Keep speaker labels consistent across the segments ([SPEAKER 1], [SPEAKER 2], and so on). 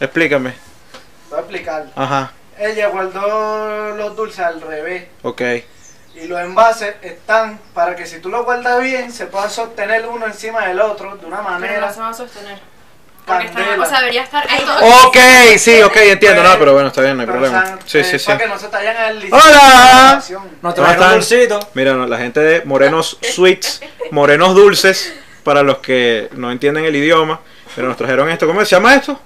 [SPEAKER 1] Explícame.
[SPEAKER 2] Voy a explicarlo.
[SPEAKER 1] Ajá,
[SPEAKER 2] Ella guardó los dulces al revés.
[SPEAKER 1] ok.
[SPEAKER 2] Y los envases están para que si tú los guardas bien, se puedan sostener uno encima del otro de una
[SPEAKER 3] Pero no
[SPEAKER 2] manera.
[SPEAKER 3] se va a sostener. Porque está-
[SPEAKER 2] Candela.
[SPEAKER 3] o sea, debería estar esto.
[SPEAKER 1] Ok, sí, ok, entiendo. No, pero bueno, está bien, no hay
[SPEAKER 2] Pero, o
[SPEAKER 1] problema.
[SPEAKER 2] sea,
[SPEAKER 1] Sí,
[SPEAKER 2] eh,
[SPEAKER 1] sí, sí.
[SPEAKER 2] Para que no se tallan el liceo.
[SPEAKER 1] ¡Hola!
[SPEAKER 4] Nos
[SPEAKER 1] ¿Cómo
[SPEAKER 4] trajeron
[SPEAKER 1] están?
[SPEAKER 4] dulcito.
[SPEAKER 1] Mira, no, la gente de Morenos Sweets, Morenos Dulces, para los que no entienden el idioma, pero nos trajeron esto. ¿Cómo se llama esto?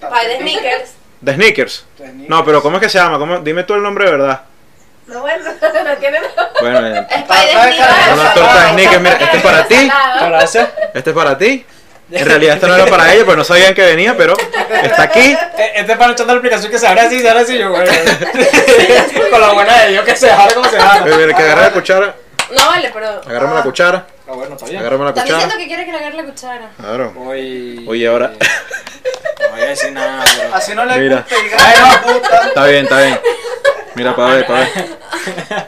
[SPEAKER 1] Oh.
[SPEAKER 5] Par de sneakers.
[SPEAKER 1] De sneakers. No, pero ¿cómo es que se llama? ¿Cómo? Dime tú el nombre de verdad.
[SPEAKER 5] No, bueno, no tiene nada.
[SPEAKER 1] Bueno, eh,
[SPEAKER 5] Es
[SPEAKER 2] Para-
[SPEAKER 5] par de
[SPEAKER 2] para-
[SPEAKER 5] sneakers.
[SPEAKER 1] una torta de sneakers. Mira, este es para ti,
[SPEAKER 4] Gracias.
[SPEAKER 1] este es para ti. En realidad esto no era para ellos, pues no sabían que venía, pero está aquí.
[SPEAKER 4] E- Este es para echando la aplicación que se abre así, se abre así. Yo, güey. Con la buena de Dios que se abre como se abre.
[SPEAKER 1] Mira, mira, que agarra la cuchara,
[SPEAKER 5] No vale, pero.
[SPEAKER 1] agárrame la cuchara,
[SPEAKER 4] Ah, bueno, está bien.
[SPEAKER 1] agárrame la
[SPEAKER 3] Está diciendo
[SPEAKER 1] cuchara.
[SPEAKER 3] que quiere que le agarre la cuchara.
[SPEAKER 1] Claro.
[SPEAKER 4] Oye.
[SPEAKER 1] Oye, ahora-
[SPEAKER 4] No voy a decir nada, pero.
[SPEAKER 2] Así no le
[SPEAKER 1] Mira.
[SPEAKER 2] gusta y gana la puta.
[SPEAKER 1] Está bien, está bien. Mira, para ver, para ver.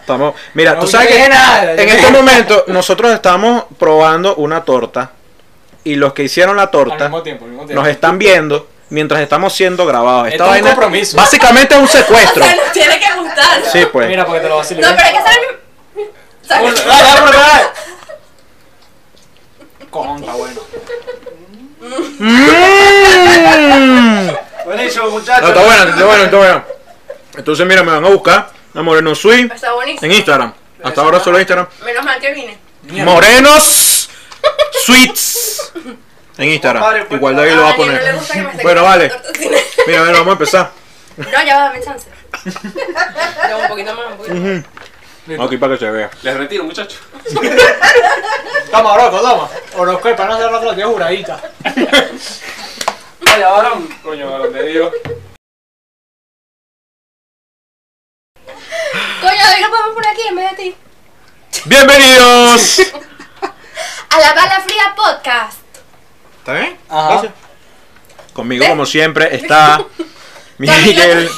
[SPEAKER 1] Estamos. Mira, tú
[SPEAKER 4] No,
[SPEAKER 1] sabes
[SPEAKER 4] yo
[SPEAKER 1] que
[SPEAKER 4] dije nada, yo
[SPEAKER 1] en
[SPEAKER 4] dije
[SPEAKER 1] este
[SPEAKER 4] nada.
[SPEAKER 1] momento nosotros estamos probando una torta y los que hicieron la
[SPEAKER 4] Al
[SPEAKER 1] torta
[SPEAKER 4] mismo tiempo, al mismo tiempo.
[SPEAKER 1] nos están viendo mientras estamos siendo grabados.
[SPEAKER 4] Esto
[SPEAKER 1] Esta
[SPEAKER 4] es un
[SPEAKER 1] vaina
[SPEAKER 4] compromiso.
[SPEAKER 1] básicamente es un secuestro.
[SPEAKER 5] O sea, nos tiene que gustar.
[SPEAKER 1] Sí, pues.
[SPEAKER 4] Mira, porque te lo vacilé.
[SPEAKER 5] No, pero hay que hacer. O sea,
[SPEAKER 4] Dale, dale, dale, dale. Cojón, está bueno.
[SPEAKER 1] Mm.
[SPEAKER 2] Buenísimo,
[SPEAKER 1] No,
[SPEAKER 2] muchachos.
[SPEAKER 1] está bueno, está bueno, está bueno. Entonces, mira, me van a buscar a Moreno Sui
[SPEAKER 5] Está buenísimo.
[SPEAKER 1] en Instagram. Hasta ahora solo Instagram.
[SPEAKER 5] Menos mal que vine.
[SPEAKER 4] Mierda.
[SPEAKER 1] Morenos Sweets en Instagram. Igual David lo va a
[SPEAKER 5] Daniel, no le
[SPEAKER 1] poner.
[SPEAKER 5] gusta que me esté
[SPEAKER 1] Bueno, vale.
[SPEAKER 5] quitando las tortas.
[SPEAKER 1] Mira, a ver, vamos a empezar.
[SPEAKER 5] No, ya va, dame chance. No, un poquito más, un poquito más.
[SPEAKER 1] Aquí para que se vea.
[SPEAKER 6] Les retiro, muchachos.
[SPEAKER 4] Toma, Orozco, toma. Orozco, el pana de Orozco lo tiene juradita.
[SPEAKER 6] Vaya, varón. Coño, varón de Dios.
[SPEAKER 5] Coño, hoy lo podemos poner aquí en vez de ti.
[SPEAKER 1] Bienvenidos.
[SPEAKER 5] A la bala fría podcast.
[SPEAKER 1] ¿Está bien?
[SPEAKER 4] Ajá.
[SPEAKER 1] Gracias. Conmigo, como siempre, está Miguel,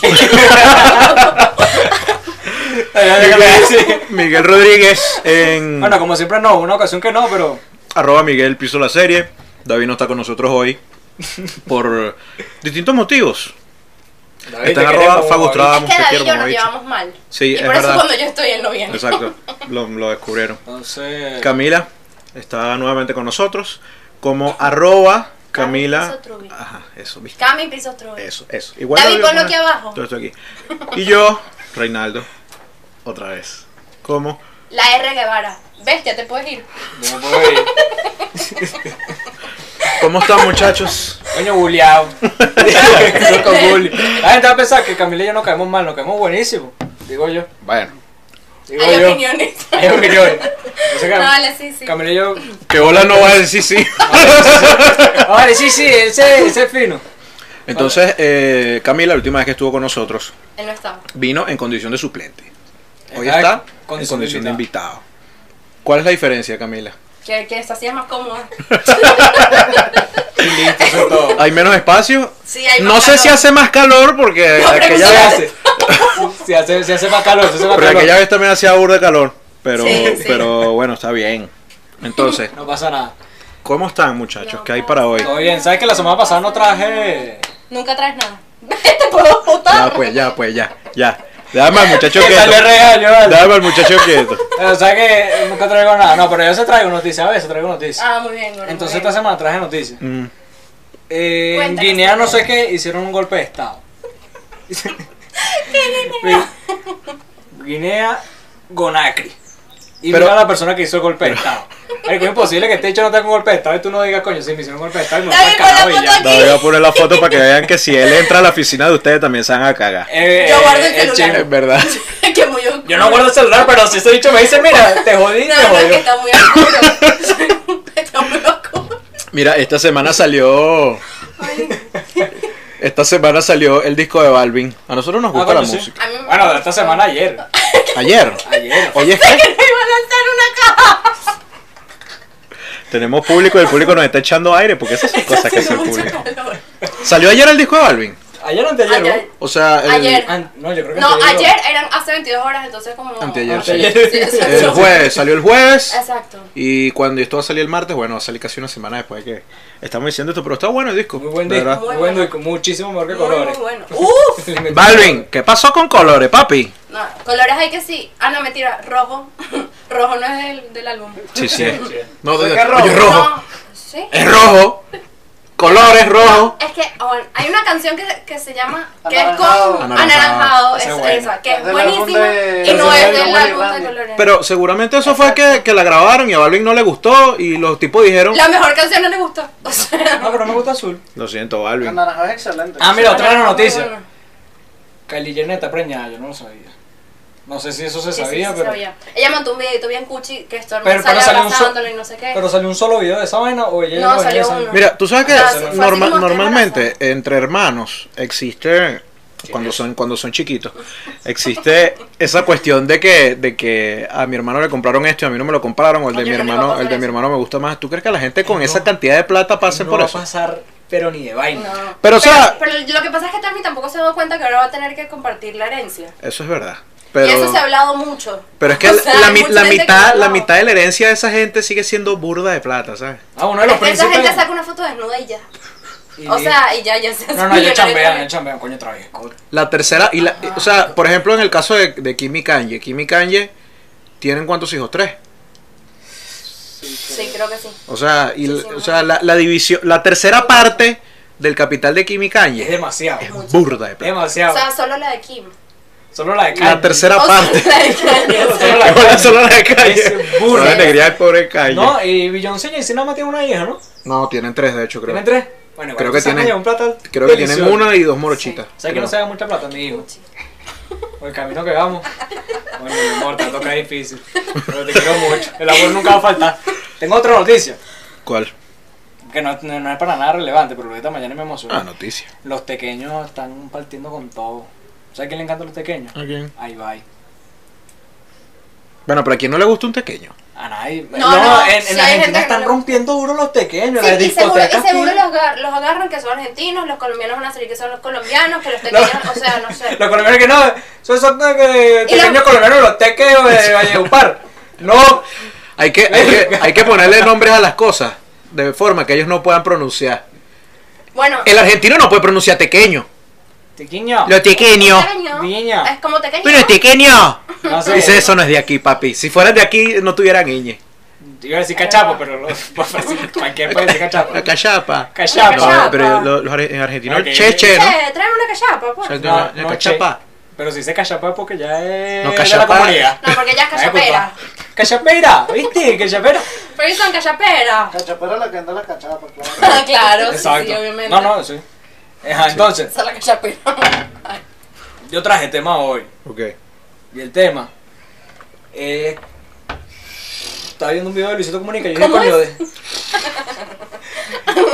[SPEAKER 1] Miguel, Miguel Rodríguez en
[SPEAKER 4] Bueno, como siempre Ah, no, una ocasión que no, pero
[SPEAKER 1] arroba Miguel Piso la Serie. David no está con nosotros hoy por distintos motivos. Está en arroba Fagostrada.
[SPEAKER 5] Es
[SPEAKER 1] Vamos,
[SPEAKER 5] que
[SPEAKER 1] te
[SPEAKER 5] David
[SPEAKER 1] quiero,
[SPEAKER 5] y yo
[SPEAKER 1] como
[SPEAKER 5] nos
[SPEAKER 1] he dicho.
[SPEAKER 5] llevamos mal.
[SPEAKER 1] Sí,
[SPEAKER 5] y
[SPEAKER 1] es
[SPEAKER 5] por eso
[SPEAKER 1] verdad.
[SPEAKER 5] cuando yo estoy, él no viene.
[SPEAKER 1] Exacto, lo, lo descubrieron.
[SPEAKER 4] Entonces,
[SPEAKER 1] Camila está nuevamente con nosotros como arroba Camila.
[SPEAKER 5] Pisotrubia.
[SPEAKER 1] Ajá, eso, viste.
[SPEAKER 5] Cami piso otro.
[SPEAKER 1] Eso, eso. Igual
[SPEAKER 5] David,
[SPEAKER 1] lo voy a
[SPEAKER 5] ponlo
[SPEAKER 1] poner.
[SPEAKER 5] aquí abajo.
[SPEAKER 1] Yo estoy aquí. Y yo, Reinaldo, otra vez. ¿Cómo?
[SPEAKER 5] La R Guevara. ¿Ves? Ya te puedes ir.
[SPEAKER 4] yo me puedo ir.
[SPEAKER 1] ¿Cómo están, muchachos?
[SPEAKER 4] Coño, bulleado. Loco bully. La gente va a pensar que Camila y yo no caemos mal, nos caemos buenísimo. Digo yo.
[SPEAKER 1] Bueno,
[SPEAKER 4] Digo
[SPEAKER 5] Hay
[SPEAKER 4] yo.
[SPEAKER 5] opiniones.
[SPEAKER 4] Hay opiniones. Entonces,
[SPEAKER 5] No,
[SPEAKER 4] Cam-
[SPEAKER 5] vale, sí, sí.
[SPEAKER 4] Camila y yo.
[SPEAKER 1] que hola no va a decir sí.
[SPEAKER 4] Ah, Vale, sí, sí, ese, ese es fino.
[SPEAKER 1] Entonces, eh, Camila, la última vez que estuvo con nosotros,
[SPEAKER 5] Él no estaba.
[SPEAKER 1] vino en condición de suplente. Hoy
[SPEAKER 4] Está
[SPEAKER 1] está
[SPEAKER 4] en
[SPEAKER 1] en
[SPEAKER 4] condición de
[SPEAKER 1] condición de invitado. ¿Cuál es la diferencia, Camila?
[SPEAKER 5] Que, que se hacía más cómoda.
[SPEAKER 4] Listo, eso es todo.
[SPEAKER 1] ¿Hay menos espacio?
[SPEAKER 5] Sí, hay más
[SPEAKER 1] No sé
[SPEAKER 5] calor.
[SPEAKER 1] si hace más calor porque
[SPEAKER 5] No, pero
[SPEAKER 4] ¿Qué
[SPEAKER 1] aquella
[SPEAKER 4] se
[SPEAKER 1] vez
[SPEAKER 4] hace? Se hace, se hace más calor, se hace más
[SPEAKER 1] Porque
[SPEAKER 4] calor.
[SPEAKER 1] aquella vez también hacía burro de calor. Pero,
[SPEAKER 5] Sí, sí.
[SPEAKER 1] pero bueno, está bien. Entonces,
[SPEAKER 4] No pasa nada.
[SPEAKER 1] ¿cómo están muchachos? ¿Qué hay para hoy?
[SPEAKER 4] Todo bien, ¿sabes que la semana pasada no traje.
[SPEAKER 5] Nunca traes nada. te puedo
[SPEAKER 1] Ya
[SPEAKER 5] votar.
[SPEAKER 1] pues, ya pues, ya, ya. Déjame al muchacho
[SPEAKER 4] ¿Qué tal le
[SPEAKER 1] quieto.
[SPEAKER 4] regaño, vale?
[SPEAKER 1] Déjame al muchacho quieto.
[SPEAKER 4] Pero ¿sabes que nunca traigo nada? No, pero yo se traigo noticias, a veces traigo noticias.
[SPEAKER 5] Ah, muy bien, gordo.
[SPEAKER 4] Entonces
[SPEAKER 5] muy
[SPEAKER 4] esta
[SPEAKER 5] bien.
[SPEAKER 4] semana traje noticias.
[SPEAKER 1] Mm,
[SPEAKER 4] Eh, en
[SPEAKER 5] Cuéntanos,
[SPEAKER 4] Guinea no
[SPEAKER 5] cuéntanos.
[SPEAKER 4] sé qué, hicieron un golpe de estado. Guinea? Guinea Conakry. Y
[SPEAKER 1] Pero-
[SPEAKER 4] mira a la persona que hizo el golpe de estado. Marico, es imposible que este hecho no tenga un golpe de estado y tú no digas, coño, sí, me hicieron un golpe de estado y me voy
[SPEAKER 5] David,
[SPEAKER 4] a
[SPEAKER 5] pon la
[SPEAKER 4] cagado y
[SPEAKER 5] foto
[SPEAKER 4] ya.
[SPEAKER 5] aquí.
[SPEAKER 1] David va a poner la foto para que vean que si él entra a la oficina de ustedes también se van a cagar.
[SPEAKER 4] Eh,
[SPEAKER 5] Yo guardo el celular.
[SPEAKER 4] chisme.
[SPEAKER 1] Es verdad.
[SPEAKER 5] que muy oscuro.
[SPEAKER 4] Yo no guardo el celular, pero si ese dicho me dice, mira, te jodí,
[SPEAKER 5] No,
[SPEAKER 4] te
[SPEAKER 5] no, es que
[SPEAKER 4] jodí.
[SPEAKER 5] está muy oscuro. está muy oscuro.
[SPEAKER 1] Mira, esta semana salió. Esta semana salió el disco de Balvin. A nosotros nos gusta
[SPEAKER 4] Ah,
[SPEAKER 1] la
[SPEAKER 4] coño, sí. Ah,
[SPEAKER 1] música.
[SPEAKER 5] A mí me
[SPEAKER 4] Bueno, de esta semana ayer.
[SPEAKER 1] Ayer.
[SPEAKER 4] Ayer.
[SPEAKER 1] Oye, es que
[SPEAKER 5] me iba a lanzar una caja.
[SPEAKER 1] tenemos público y el público nos está echando aire porque esas son cosas que hace el
[SPEAKER 5] Haciendo mucho
[SPEAKER 1] público.
[SPEAKER 5] calor.
[SPEAKER 1] Salió ayer el disco de Balvin.
[SPEAKER 4] Ayer antes de ayer,
[SPEAKER 5] Ayer.
[SPEAKER 1] O sea, el,
[SPEAKER 5] Ayer.
[SPEAKER 4] Ah, No, yo creo que
[SPEAKER 5] No,
[SPEAKER 4] anteayer,
[SPEAKER 5] ayer eran hace 22 horas, entonces como... Ah,
[SPEAKER 1] Anteayer, sí.
[SPEAKER 4] Anteayer.
[SPEAKER 5] Sí, exacto.
[SPEAKER 1] el jueves, salió el jueves.
[SPEAKER 5] Exacto.
[SPEAKER 1] Y cuando esto va a salir el martes, bueno, va a salir casi una semana después de que estamos diciendo esto, pero está bueno el disco.
[SPEAKER 4] Muy buen
[SPEAKER 1] de
[SPEAKER 4] disco,
[SPEAKER 1] verdad.
[SPEAKER 4] muy buen disco, muchísimo mejor que
[SPEAKER 5] Muy, muy
[SPEAKER 4] colores.
[SPEAKER 5] bueno. Uf.
[SPEAKER 4] Le metí-
[SPEAKER 1] Balvin, ¿qué pasó con colores, papi?
[SPEAKER 5] No, colores hay que sí. Ah, no, mentira, rojo. rojo no es del, del álbum.
[SPEAKER 1] Sí, sí. es.
[SPEAKER 6] Sí.
[SPEAKER 1] No,
[SPEAKER 2] ¿Por
[SPEAKER 1] de-
[SPEAKER 2] qué rojo?
[SPEAKER 1] oye, rojo.
[SPEAKER 5] No, sí.
[SPEAKER 1] Es rojo. Colores rojo.
[SPEAKER 5] Es que oh, bueno, hay una canción que, que se llama que
[SPEAKER 2] Anaranjado.
[SPEAKER 5] es con
[SPEAKER 1] Anaranjado.
[SPEAKER 5] anaranjado,
[SPEAKER 4] Esa
[SPEAKER 5] es,
[SPEAKER 4] es buena.
[SPEAKER 5] esa, que es
[SPEAKER 2] Del álbum
[SPEAKER 5] buenísima
[SPEAKER 2] de-
[SPEAKER 5] y
[SPEAKER 2] del
[SPEAKER 5] no es
[SPEAKER 2] álbum
[SPEAKER 5] del
[SPEAKER 2] de
[SPEAKER 5] álbum de
[SPEAKER 2] Randy.
[SPEAKER 5] colores.
[SPEAKER 1] Pero seguramente eso fue que, que la grabaron y a Balvin no le gustó y los tipos dijeron...
[SPEAKER 5] la mejor canción no le gustó. O sea,
[SPEAKER 4] No, Ah, pero me gusta azul.
[SPEAKER 1] Lo siento, Balvin.
[SPEAKER 2] Naranjo es excelente.
[SPEAKER 4] Ah, mira, otra
[SPEAKER 5] Anaranjado,
[SPEAKER 4] noticia.
[SPEAKER 5] muy buena.
[SPEAKER 4] Kylie Jenner está preñada, yo no lo sabía. No sé si eso se
[SPEAKER 5] Sí, sí,
[SPEAKER 4] sabía,
[SPEAKER 5] sí,
[SPEAKER 4] pero.
[SPEAKER 5] sabía. Ella mandó un videito bien cuchi que Storm
[SPEAKER 4] Pero-
[SPEAKER 5] sale
[SPEAKER 4] pero salió un so-
[SPEAKER 5] abrazándolo y no sé qué.
[SPEAKER 4] Pero salió un solo video de esa vaina o ella
[SPEAKER 5] Eh. No,
[SPEAKER 4] llegó a
[SPEAKER 5] salió
[SPEAKER 4] esa-
[SPEAKER 5] uno.
[SPEAKER 1] Mira, tú sabes que
[SPEAKER 5] Ah, sí, fue así
[SPEAKER 1] norma-
[SPEAKER 5] como que
[SPEAKER 1] normalmente entre hermanos existe cuando son cuando son chiquitos existe esa cuestión de que de que a mi hermano le compraron esto y a mí no me lo compraron o el de
[SPEAKER 5] Oye,
[SPEAKER 1] mi
[SPEAKER 5] yo no
[SPEAKER 1] hermano
[SPEAKER 5] puedo
[SPEAKER 1] el de mi
[SPEAKER 5] hacer
[SPEAKER 1] hermano me gusta más. ¿Tú crees que la gente con
[SPEAKER 4] Eh, No.
[SPEAKER 1] esa cantidad de plata pase
[SPEAKER 4] no
[SPEAKER 1] por
[SPEAKER 4] va
[SPEAKER 1] eso?
[SPEAKER 4] a pasar, pero ni de vaina.
[SPEAKER 5] No.
[SPEAKER 1] Pero, o sea-
[SPEAKER 5] pero lo que pasa es que Tammy tampoco se ha dado cuenta que ahora va a tener que compartir la herencia.
[SPEAKER 1] Eso es verdad.
[SPEAKER 5] y eso
[SPEAKER 1] Pero
[SPEAKER 5] se ha hablado mucho.
[SPEAKER 1] pero es que
[SPEAKER 5] O sea,
[SPEAKER 1] la,
[SPEAKER 5] hay
[SPEAKER 1] mi-
[SPEAKER 5] mucha
[SPEAKER 1] la
[SPEAKER 5] gente que
[SPEAKER 1] mitad
[SPEAKER 5] no.
[SPEAKER 1] la mitad de la herencia de esa gente sigue siendo burda de plata, ¿sabes?
[SPEAKER 4] Ah, uno de
[SPEAKER 5] Es
[SPEAKER 4] los
[SPEAKER 5] que esa
[SPEAKER 4] príncipes.
[SPEAKER 5] gente saca una foto desnuda y ya.
[SPEAKER 4] y-
[SPEAKER 5] O sea, y ya, ya se hace
[SPEAKER 4] No, no, ellos
[SPEAKER 5] millonario
[SPEAKER 4] chambean,
[SPEAKER 5] también.
[SPEAKER 4] ellos chambean, coño, otra vez. co-
[SPEAKER 1] La tercera y la o sea, por ejemplo, en el caso de de Kimi Kanye, Kimi Kanye tienen cuántos hijos? Tres.
[SPEAKER 5] Sí, creo que sí.
[SPEAKER 1] O sea, y,
[SPEAKER 5] Sí, sí,
[SPEAKER 1] o sea la, la división, la tercera parte del capital de Kim y
[SPEAKER 4] Y es
[SPEAKER 1] Kanye
[SPEAKER 4] demasiado.
[SPEAKER 1] es burda de plata.
[SPEAKER 5] O
[SPEAKER 4] Demasiado.
[SPEAKER 5] sea, solo la de Kim.
[SPEAKER 4] Solo la de Kylie.
[SPEAKER 1] La tercera
[SPEAKER 5] O sea,
[SPEAKER 1] parte.
[SPEAKER 5] la de Kanye. o sea,
[SPEAKER 4] Solo la de Kylie.
[SPEAKER 1] Solo la de Kanye.
[SPEAKER 4] Es
[SPEAKER 1] No,
[SPEAKER 4] burda.
[SPEAKER 1] la alegría del pobre Kanye. No,
[SPEAKER 4] No, y Beyoncé y Sinama tiene una hija, ¿no?
[SPEAKER 1] tienen tres, de hecho, creo.
[SPEAKER 4] ¿Tienen tres? Bueno, igual
[SPEAKER 1] Creo que
[SPEAKER 4] esa
[SPEAKER 1] tienen-
[SPEAKER 4] vaina lleva un platal
[SPEAKER 1] Creo que tienen
[SPEAKER 4] delicioso.
[SPEAKER 1] una y dos morochitas.
[SPEAKER 4] ¿Sabes que no se
[SPEAKER 1] creo.
[SPEAKER 4] haga mucha plata, mi hijo? Por el camino que vamos. Bueno, mi amor, te toca difícil. Pero te quiero mucho. El amor nunca va a faltar. Tengo otra noticia.
[SPEAKER 1] ¿Cuál?
[SPEAKER 4] Que no, no- no es para nada relevante, pero esta mañana me emocionó.
[SPEAKER 1] Ah, noticia.
[SPEAKER 4] Los pequeños están partiendo con todo. ¿Sabes quién le encanta a los pequeños?
[SPEAKER 1] Mm.
[SPEAKER 4] Ahí va. ahí.
[SPEAKER 1] Bueno, pero a quien no le gusta un pequeño.
[SPEAKER 4] A nadie.
[SPEAKER 5] No, no,
[SPEAKER 4] en, en
[SPEAKER 5] sí hay gente que
[SPEAKER 4] Argentina
[SPEAKER 5] no
[SPEAKER 4] están
[SPEAKER 5] le gusta.
[SPEAKER 4] rompiendo duro los pequeños.
[SPEAKER 5] Sí,
[SPEAKER 4] las
[SPEAKER 5] y seguro, y
[SPEAKER 4] discotecas
[SPEAKER 5] seguro
[SPEAKER 4] tienen-
[SPEAKER 5] los, agar- los agarran que son argentinos, los colombianos van a salir que son los colombianos, que los pequeños, o sea, no sé.
[SPEAKER 4] Los colombianos que no, esos son eh, que-
[SPEAKER 5] Y los-
[SPEAKER 4] pequeños colombianos, los teques de Valledupar. No,
[SPEAKER 1] Hay que, hay que, hay que ponerle nombres a las cosas de forma que ellos no puedan pronunciar.
[SPEAKER 5] Bueno,
[SPEAKER 1] El argentino no puede pronunciar tequeño.
[SPEAKER 4] tequiño.
[SPEAKER 1] Lo tequeño.
[SPEAKER 5] pequeño,
[SPEAKER 4] Niña.
[SPEAKER 5] es como pequeño.
[SPEAKER 1] Pero es tequeño.
[SPEAKER 4] No sé.
[SPEAKER 1] Dice, eso no es de aquí, papi. Si fueran de aquí, no tuvieran iñe.
[SPEAKER 4] Yo iba a decir cachapo, pero no, cualquier puede decir cachapo.
[SPEAKER 1] La cachapa.
[SPEAKER 4] Cachapa.
[SPEAKER 1] No, pero lo- los are- en argentino,
[SPEAKER 4] Ok.
[SPEAKER 1] cheche, ¿no?
[SPEAKER 5] Che, tráeme una cachapa,
[SPEAKER 1] O
[SPEAKER 5] pues.
[SPEAKER 1] sea,
[SPEAKER 5] No,
[SPEAKER 1] que una- una
[SPEAKER 4] no,
[SPEAKER 1] cachapa.
[SPEAKER 4] Pero si dice cachapa es porque ya es
[SPEAKER 1] No,
[SPEAKER 4] de la
[SPEAKER 1] cachapa.
[SPEAKER 4] comunidad.
[SPEAKER 5] porque ya es cachapera.
[SPEAKER 4] Cachapera, ¿viste? Cachapera.
[SPEAKER 5] Pero ellos son cachapera.
[SPEAKER 2] Cachapera es la que anda la cachapa, claro.
[SPEAKER 5] Ah, claro, sí, sí, obviamente.
[SPEAKER 4] No, no, sí. Ajá, entonces,
[SPEAKER 5] Esa es la cachapera.
[SPEAKER 4] yo traje tema hoy.
[SPEAKER 1] Ok.
[SPEAKER 4] Y el tema. Eh, estaba viendo un video de Luisito Comunica. y Yo dije,
[SPEAKER 5] ¿Cómo
[SPEAKER 4] coño, de.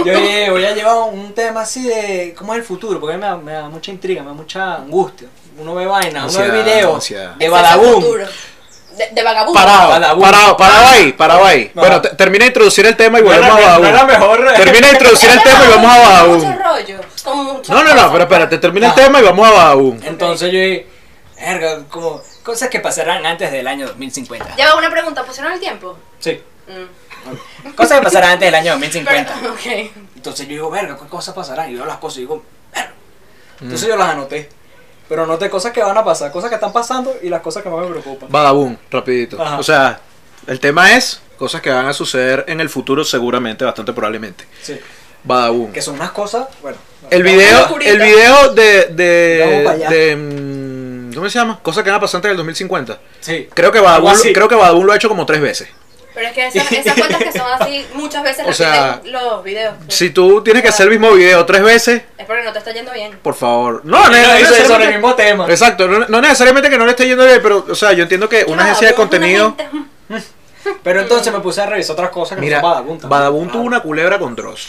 [SPEAKER 4] Yo dije, voy a llevar un tema así de cómo es el futuro, porque a mí me da, me da mucha intriga, me da mucha angustia. Uno ve vainas, uno ve
[SPEAKER 1] Ansiedad,
[SPEAKER 4] videos
[SPEAKER 1] ansiedad.
[SPEAKER 5] Ese es
[SPEAKER 4] de
[SPEAKER 5] el
[SPEAKER 4] Badabum.
[SPEAKER 5] futuro. De, de vagabundo.
[SPEAKER 1] Parado,
[SPEAKER 4] Badabun.
[SPEAKER 1] parado, parado ahí, parado ahí.
[SPEAKER 4] No.
[SPEAKER 1] Bueno, te- termina de introducir el tema y
[SPEAKER 4] No
[SPEAKER 1] volvemos
[SPEAKER 4] era,
[SPEAKER 1] a
[SPEAKER 4] no era
[SPEAKER 1] Badabun.
[SPEAKER 4] mejor.
[SPEAKER 1] Termina de introducir el
[SPEAKER 5] Es
[SPEAKER 1] tema y
[SPEAKER 5] vagabundo,
[SPEAKER 1] vamos a
[SPEAKER 5] con
[SPEAKER 1] Badabun.
[SPEAKER 5] Mucho rollo. Con mucho
[SPEAKER 1] No, no, no, pero espérate, termina el
[SPEAKER 4] Ah.
[SPEAKER 1] tema y vamos a Badabun.
[SPEAKER 4] Entonces yo dije, verga, como cosas que pasarán antes del año 2050.
[SPEAKER 5] Lleva una pregunta, ¿pusieron el tiempo?
[SPEAKER 4] Sí,
[SPEAKER 5] Mm.
[SPEAKER 4] cosas que pasarán antes del año 2050.
[SPEAKER 5] Pero, ok.
[SPEAKER 4] Entonces yo digo, verga, ¿qué cosas pasarán? Y veo las cosas y digo, verga. Entonces yo las anoté. Pero anoté cosas que van a pasar, cosas que están pasando y las cosas que más me preocupan.
[SPEAKER 1] Badabun, rapidito.
[SPEAKER 4] Ajá.
[SPEAKER 1] O sea, el tema es cosas que van a suceder en el futuro seguramente, bastante probablemente.
[SPEAKER 4] Sí.
[SPEAKER 1] Badabun.
[SPEAKER 4] Que son unas cosas, bueno.
[SPEAKER 1] El
[SPEAKER 5] Una
[SPEAKER 1] video,
[SPEAKER 5] locurita.
[SPEAKER 1] el video de,
[SPEAKER 4] Vamos para
[SPEAKER 1] de,
[SPEAKER 4] allá.
[SPEAKER 1] de, mm, ¿cómo se llama? Cosas que van a pasar antes del 2050.
[SPEAKER 4] Sí.
[SPEAKER 1] Creo que
[SPEAKER 4] Algo
[SPEAKER 1] Badabun,
[SPEAKER 4] así.
[SPEAKER 1] creo que Badabun lo ha hecho como tres veces.
[SPEAKER 5] Pero es que esas, esas cuentas que son así muchas veces
[SPEAKER 1] O sea,
[SPEAKER 5] repiten los videos. pues.
[SPEAKER 1] Si tú tienes que hacer el mismo video tres veces,
[SPEAKER 5] Es porque no te está yendo bien.
[SPEAKER 1] por favor. No, no,
[SPEAKER 4] Pero
[SPEAKER 1] no
[SPEAKER 4] eso es sobre el
[SPEAKER 1] necesariamente-
[SPEAKER 4] mismo tema.
[SPEAKER 1] Exacto, no, no necesariamente que no le esté yendo bien, pero, o sea, yo entiendo que una agencia de
[SPEAKER 5] Badabun,
[SPEAKER 1] contenido.
[SPEAKER 5] una gente-
[SPEAKER 4] Pero entonces me puse a revisar otras cosas que
[SPEAKER 1] Mira,
[SPEAKER 4] no son Badabun. también.
[SPEAKER 1] Badabun tuvo
[SPEAKER 4] Claro.
[SPEAKER 1] una culebra con Dross.